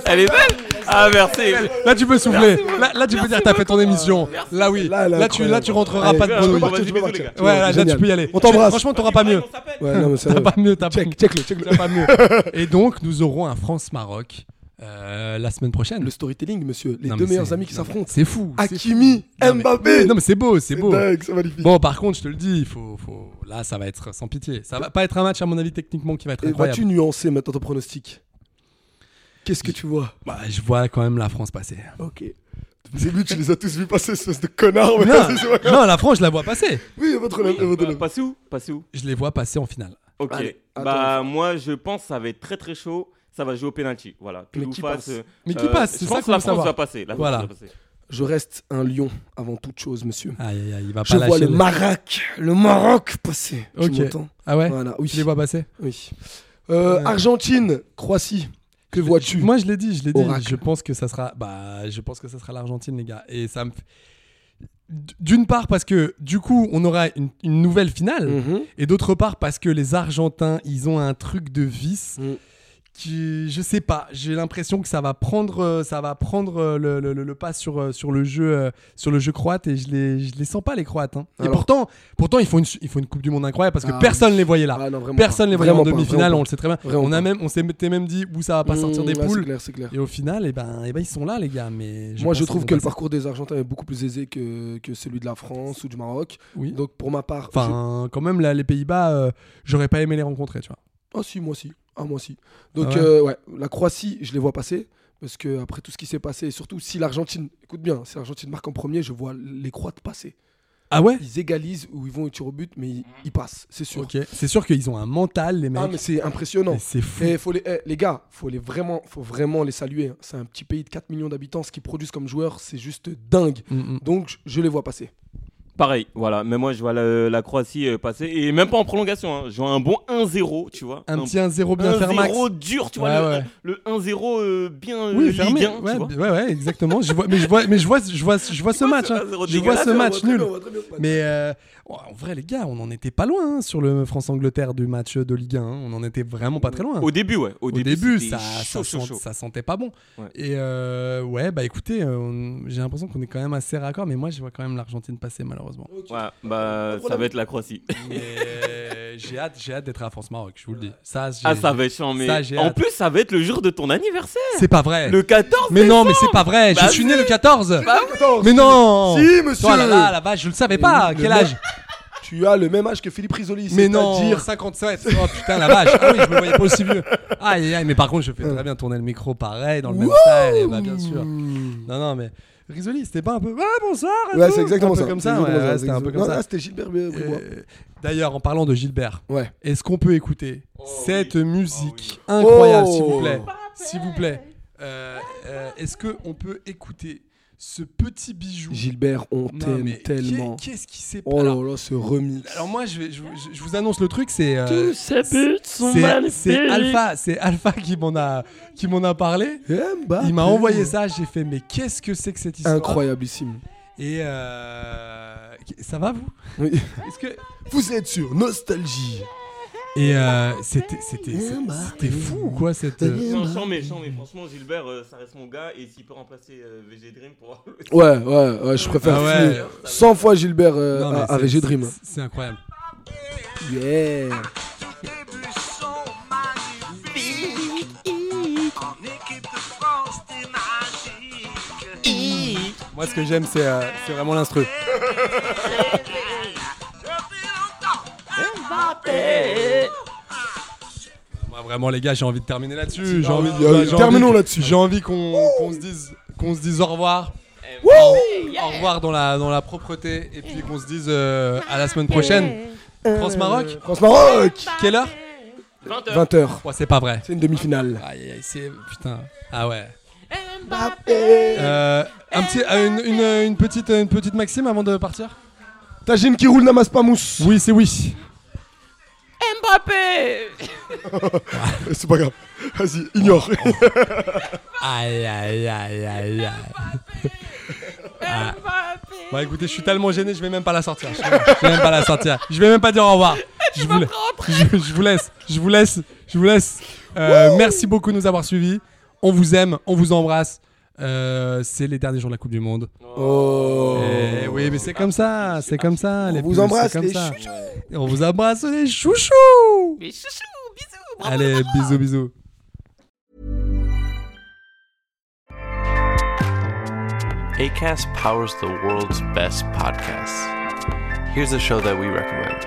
[SPEAKER 3] Elle est belle. Ah, merci.
[SPEAKER 1] Là, tu peux souffler. Là, là, tu peux dire, t'as fait ton émission. Là, oui. Là,
[SPEAKER 2] Là, là,
[SPEAKER 1] tu,
[SPEAKER 2] incroyable.
[SPEAKER 1] là, tu rentreras
[SPEAKER 2] Allez,
[SPEAKER 1] pas de
[SPEAKER 2] je peux
[SPEAKER 1] grenouille.
[SPEAKER 2] partir,
[SPEAKER 3] Vas-y,
[SPEAKER 2] je peux
[SPEAKER 3] bisous,
[SPEAKER 2] partir.
[SPEAKER 3] les gars.
[SPEAKER 1] Ouais, là, là,
[SPEAKER 2] Génial.
[SPEAKER 1] tu peux y aller.
[SPEAKER 2] On t'embrasse.
[SPEAKER 1] Franchement, t'auras pas mieux.
[SPEAKER 2] Ouais, non, mais sérieux.
[SPEAKER 1] T'as pas mieux, t'as
[SPEAKER 2] Check, check le, check le.
[SPEAKER 1] T'as pas mieux. Et donc, nous aurons un France-Maroc euh, la semaine prochaine.
[SPEAKER 2] Le storytelling, monsieur. Les
[SPEAKER 1] Non,
[SPEAKER 2] deux
[SPEAKER 1] mais
[SPEAKER 2] meilleurs
[SPEAKER 1] c'est-
[SPEAKER 2] amis qui
[SPEAKER 1] non, mais
[SPEAKER 2] s'affrontent.
[SPEAKER 1] C'est fou. c'est
[SPEAKER 2] Hakimi,
[SPEAKER 1] fou. Non, mais-
[SPEAKER 2] Mbappé.
[SPEAKER 1] Non, mais c'est beau, c'est beau.
[SPEAKER 2] dingue, c'est magnifique.
[SPEAKER 1] Bon, par contre, je te le dis, il faut, faut- là, ça va être sans pitié. Ça va pas être un match, à mon avis, techniquement, qui va être
[SPEAKER 2] Et vas-tu
[SPEAKER 1] incroyable.
[SPEAKER 2] nuancer maintenant ton pronostic Qu'est-ce que tu vois
[SPEAKER 1] Bah, je vois quand même la France passer.
[SPEAKER 2] Ok. C'est lui, tu les as tous vus passer, espèce de connard. mais
[SPEAKER 1] Non,
[SPEAKER 2] vas-y, c'est pas grave.
[SPEAKER 1] non, la France, je la vois passer.
[SPEAKER 2] Oui, il y a pas de problème, il y a pas de problème.
[SPEAKER 3] Passe où Passe où
[SPEAKER 1] Je les vois passer en finale.
[SPEAKER 3] Ok.
[SPEAKER 2] Allez, attends.
[SPEAKER 3] bah, moi, je pense que ça va être très très chaud. Ça va jouer au pénalty. Voilà. Pile
[SPEAKER 2] Mais
[SPEAKER 3] ou
[SPEAKER 2] qui
[SPEAKER 3] face,
[SPEAKER 2] passe
[SPEAKER 3] euh,
[SPEAKER 1] Mais qui
[SPEAKER 3] euh,
[SPEAKER 1] passe C'est
[SPEAKER 3] Je
[SPEAKER 1] ça
[SPEAKER 3] pense
[SPEAKER 1] qu'on
[SPEAKER 3] que la
[SPEAKER 1] veut
[SPEAKER 3] France
[SPEAKER 1] savoir.
[SPEAKER 3] va passer. La France
[SPEAKER 1] Voilà.
[SPEAKER 3] va passer.
[SPEAKER 2] Je reste un lion avant toute chose, monsieur.
[SPEAKER 1] Aïe, aïe, aïe, il va pas
[SPEAKER 2] Je vois
[SPEAKER 1] lâcher
[SPEAKER 2] le
[SPEAKER 1] les-
[SPEAKER 2] Maroc, le Maroc passer.
[SPEAKER 1] Ok.
[SPEAKER 2] Tu m'entends
[SPEAKER 1] Ah ouais
[SPEAKER 2] Voilà, oui.
[SPEAKER 1] Je les vois passer.
[SPEAKER 2] Oui. Euh,
[SPEAKER 1] Euh.
[SPEAKER 2] Argentine, Croatie, que vois-tu
[SPEAKER 1] Moi, je l'ai dit, je l'ai dit.
[SPEAKER 2] Oracle.
[SPEAKER 1] Je pense que ça sera, bah, je pense que ça sera l'Argentine, les gars. Et ça me, fait- d'une part parce que du coup, on aura une, une nouvelle finale,
[SPEAKER 2] Mhm.
[SPEAKER 1] et d'autre part parce que les Argentins, ils ont un truc de vice.
[SPEAKER 2] Mm.
[SPEAKER 1] Qui, je sais pas, j'ai l'impression que ça va prendre, euh, ça va prendre euh, le, le- le- le pas sur, euh, sur, le jeu, euh, sur le jeu croate et je les, je les sens pas les croates. hein. Et
[SPEAKER 2] Alors.
[SPEAKER 1] pourtant, pourtant ils, font une, ils font une Coupe du Monde incroyable parce que
[SPEAKER 2] Ah,
[SPEAKER 1] personne
[SPEAKER 2] oui.
[SPEAKER 1] les voyait là.
[SPEAKER 2] Ah, non, vraiment
[SPEAKER 1] personne
[SPEAKER 2] pas.
[SPEAKER 1] les voyait en
[SPEAKER 2] Vraiment pas,
[SPEAKER 1] demi-finale,
[SPEAKER 2] vraiment
[SPEAKER 1] on le sait très bien.
[SPEAKER 2] Vraiment
[SPEAKER 1] on, a
[SPEAKER 2] pas.
[SPEAKER 1] même, on s'est même dit où ça va pas sortir des
[SPEAKER 2] Mmh, ouais,
[SPEAKER 1] poules.
[SPEAKER 2] C'est clair, c'est clair.
[SPEAKER 1] Et au final, eh ben, eh ben, ils sont là, les gars. Mais
[SPEAKER 2] Moi,
[SPEAKER 1] pense
[SPEAKER 2] je
[SPEAKER 1] qu'ils vont
[SPEAKER 2] trouve que le
[SPEAKER 1] passer.
[SPEAKER 2] parcours des Argentins est beaucoup plus aisé que, que celui de la France ou du Maroc.
[SPEAKER 1] Oui.
[SPEAKER 2] Donc, pour ma part, je-
[SPEAKER 1] Enfin, quand même, là, les Pays-Bas, euh, j'aurais pas aimé les rencontrer, tu vois.
[SPEAKER 2] Ah si, moi si. Ah moi si. Donc
[SPEAKER 1] Ah ouais.
[SPEAKER 2] euh, ouais, la Croatie, je les vois passer. Parce que après tout ce qui s'est passé, et surtout si l'Argentine, écoute bien, si l'Argentine marque en premier, je vois les Croates passer.
[SPEAKER 1] Ah ouais
[SPEAKER 2] Ils égalisent ou ils vont au tir au but, mais ils, ils passent, c'est sûr.
[SPEAKER 1] Ok. C'est sûr qu'ils ont un mental, les mecs.
[SPEAKER 2] Ah mais c'est impressionnant.
[SPEAKER 1] Et c'est fou.
[SPEAKER 2] Et faut les, eh, les gars, faut les vraiment, faut vraiment les saluer. hein. C'est un petit pays de 4 millions d'habitants, ce qu'ils produisent comme joueurs, c'est juste dingue.
[SPEAKER 1] Mm, mm.
[SPEAKER 2] Donc je- je les vois passer.
[SPEAKER 3] Pareil, voilà. Mais moi, je vois la, la Croatie euh, passer. Et même pas en prolongation. Hein. Je vois un bon 1-0, tu vois.
[SPEAKER 1] Un petit 1-0 bien fermé.
[SPEAKER 3] 1-0 dur, tu vois.
[SPEAKER 1] Ouais,
[SPEAKER 3] le-
[SPEAKER 1] ouais.
[SPEAKER 3] le 1-0 euh, bien euh,
[SPEAKER 1] Oui,
[SPEAKER 3] Ligue
[SPEAKER 1] fermé.
[SPEAKER 3] 1,
[SPEAKER 1] Ouais,
[SPEAKER 3] tu vois.
[SPEAKER 1] ouais, ouais, exactement. Je vois, mais je vois, mais je vois, je vois, je vois ce match. hein.
[SPEAKER 3] 1-0
[SPEAKER 1] Je vois ce
[SPEAKER 3] dégueulasse,
[SPEAKER 1] match nul. Mais euh, en vrai, les gars, on en était pas loin hein, sur le France-Angleterre du match de Ligue 1. hein. On en était vraiment pas très loin.
[SPEAKER 3] Au début, ouais. Au,
[SPEAKER 1] au début,
[SPEAKER 3] c'était
[SPEAKER 1] ça,
[SPEAKER 3] chaud,
[SPEAKER 1] ça
[SPEAKER 3] chaud,
[SPEAKER 1] sent-
[SPEAKER 3] chaud.
[SPEAKER 1] ça sentait pas bon.
[SPEAKER 3] Ouais.
[SPEAKER 1] Et euh, ouais, bah écoutez, euh, on- j'ai l'impression qu'on est quand même assez raccord, mais moi je vois quand même l'Argentine passer malheureusement.
[SPEAKER 3] Ouais, bah, ça va être la Croatie.
[SPEAKER 1] Mais euh, j'ai hâte, j'ai hâte d'être à France Maroc, je vous le dis. Ça, j'ai-
[SPEAKER 3] Ah, ça va être chiant, mais
[SPEAKER 1] Ça, j'ai
[SPEAKER 3] en
[SPEAKER 1] hâte.
[SPEAKER 3] plus, ça va être le jour de ton anniversaire.
[SPEAKER 1] C'est pas vrai.
[SPEAKER 3] Le 14
[SPEAKER 1] Mais non, mais c'est pas vrai.
[SPEAKER 3] Bah
[SPEAKER 1] je suis né le 14.
[SPEAKER 2] Attends,
[SPEAKER 1] Mais non.
[SPEAKER 2] Si, monsieur.
[SPEAKER 1] Oh là là, la vache, je le savais pas.
[SPEAKER 2] le-
[SPEAKER 1] Quel
[SPEAKER 2] le-
[SPEAKER 1] âge
[SPEAKER 2] tu as le même âge que Philippe Risoli.
[SPEAKER 1] Mais non,
[SPEAKER 2] c'est-à-dire
[SPEAKER 1] 57. Oh putain, la vache. Ah oui, je me voyais pas aussi vieux. Aïe, aïe, aïe, mais par contre, je fais très bien tourner le micro pareil, dans le même style. Eh ben, bien sûr. Non, non, mais Risoli, c'était pas un peu. Ah, bonsoir. et
[SPEAKER 2] Ouais,
[SPEAKER 1] tout
[SPEAKER 2] c'est exactement
[SPEAKER 1] un peu
[SPEAKER 2] ça.
[SPEAKER 1] Comme
[SPEAKER 2] C'est
[SPEAKER 1] ça ouais,
[SPEAKER 2] exactement
[SPEAKER 1] ouais,
[SPEAKER 2] ça,
[SPEAKER 1] c'était un peu comme
[SPEAKER 2] Non,
[SPEAKER 1] ça.
[SPEAKER 2] là, c'était Gilbert Bri- Bribois.
[SPEAKER 1] Euh, D'ailleurs, en parlant de Gilbert,
[SPEAKER 2] Eh, Ouais.
[SPEAKER 1] est-ce qu'on peut écouter cette musique incroyable,
[SPEAKER 2] Ah Oh.
[SPEAKER 1] s'il vous plaît S'il vous plaît. Euh, euh, est-ce qu'on peut écouter ce petit bijou
[SPEAKER 2] Gilbert, on
[SPEAKER 1] Non,
[SPEAKER 2] t'aime
[SPEAKER 1] mais qu'est-
[SPEAKER 2] tellement.
[SPEAKER 1] Qu'est-ce qui s'est
[SPEAKER 2] Oh
[SPEAKER 1] passé
[SPEAKER 2] là là, ce remix.
[SPEAKER 1] alors moi, je, vais- je, vous- je vous annonce le truc, c'est euh,
[SPEAKER 4] Ces buts sont
[SPEAKER 1] c'est
[SPEAKER 4] magnifiques.
[SPEAKER 1] c'est Alpha, c'est Alpha qui m'en a qui m'en a parlé.
[SPEAKER 2] Ah,
[SPEAKER 1] Il m'a envoyé ça, j'ai fait mais qu'est-ce que c'est que cette histoire
[SPEAKER 2] Incroyableissime.
[SPEAKER 1] Et euh, ça va vous
[SPEAKER 2] Oui.
[SPEAKER 1] Est-ce que
[SPEAKER 2] Vous êtes sur Nostalgie.
[SPEAKER 1] Et euh, c'était
[SPEAKER 2] Eh,
[SPEAKER 1] c'était c'était fou quoi cette euh,
[SPEAKER 3] Non, chant, mais, chant, mais franchement, Gilbert, euh, ça reste mon gars. Et s'il peut remplacer euh, VG Dream pour.
[SPEAKER 2] Ouais, ouais, ouais, je préfère
[SPEAKER 1] Ah ouais.
[SPEAKER 2] finir 100 fois Gilbert euh,
[SPEAKER 1] non, mais
[SPEAKER 2] à, à
[SPEAKER 1] c'est-
[SPEAKER 2] VG Dream.
[SPEAKER 1] c'est- C'est incroyable.
[SPEAKER 2] Yeah.
[SPEAKER 1] Moi ce que j'aime c'est euh, c'est vraiment l'instru. Moi vraiment les gars, j'ai envie de terminer là-dessus, j'ai envie de-
[SPEAKER 2] euh,
[SPEAKER 1] j'ai
[SPEAKER 2] terminons
[SPEAKER 1] envie-
[SPEAKER 2] là-dessus.
[SPEAKER 1] J'ai envie qu'on qu'on se dise qu'on se dise au revoir.
[SPEAKER 2] Eh,
[SPEAKER 1] Au revoir dans la dans la propreté et puis qu'on se dise euh, à la semaine prochaine.
[SPEAKER 2] Euh,
[SPEAKER 1] France Maroc,
[SPEAKER 2] France Maroc
[SPEAKER 1] quelle heure
[SPEAKER 2] 20h.
[SPEAKER 1] Oh, c'est pas vrai.
[SPEAKER 2] C'est une demi-finale.
[SPEAKER 1] Aïe aïe aïe, c'est putain. Ah ouais. Euh, un petit, euh, une, une- une petite, une petite maxime avant de partir
[SPEAKER 2] Tajine qui roule n'amasse pas mousse.
[SPEAKER 1] Oui, c'est oui.
[SPEAKER 2] C'est pas grave. Vas-y, ignore.
[SPEAKER 1] Oh, Aïe, aïe, aïe, aïe, aïe. Ah. Bon, écoutez, je suis tellement gêné, je vais même pas la sortir. Je je vais même pas la sortir. Je vais même pas dire au revoir. Je vous, la- je, je vous laisse, je vous laisse, je vous laisse. Euh, merci beaucoup de nous avoir suivis. On vous aime, on vous embrasse. Euh, c'est les derniers jours de la Coupe du Monde.
[SPEAKER 2] Oh.
[SPEAKER 1] Eh oui, mais c'est comme ça, c'est comme ça.
[SPEAKER 2] On
[SPEAKER 1] les
[SPEAKER 2] vous
[SPEAKER 1] poules,
[SPEAKER 2] embrasse,
[SPEAKER 1] c'est comme
[SPEAKER 2] les
[SPEAKER 1] ça.
[SPEAKER 2] chouchous.
[SPEAKER 1] Et On vous embrasse les chouchous. Les chouchous, bisous. Allez, bisous, bisous.
[SPEAKER 4] ACAST powers the world's best podcasts. Here's a show that we recommend.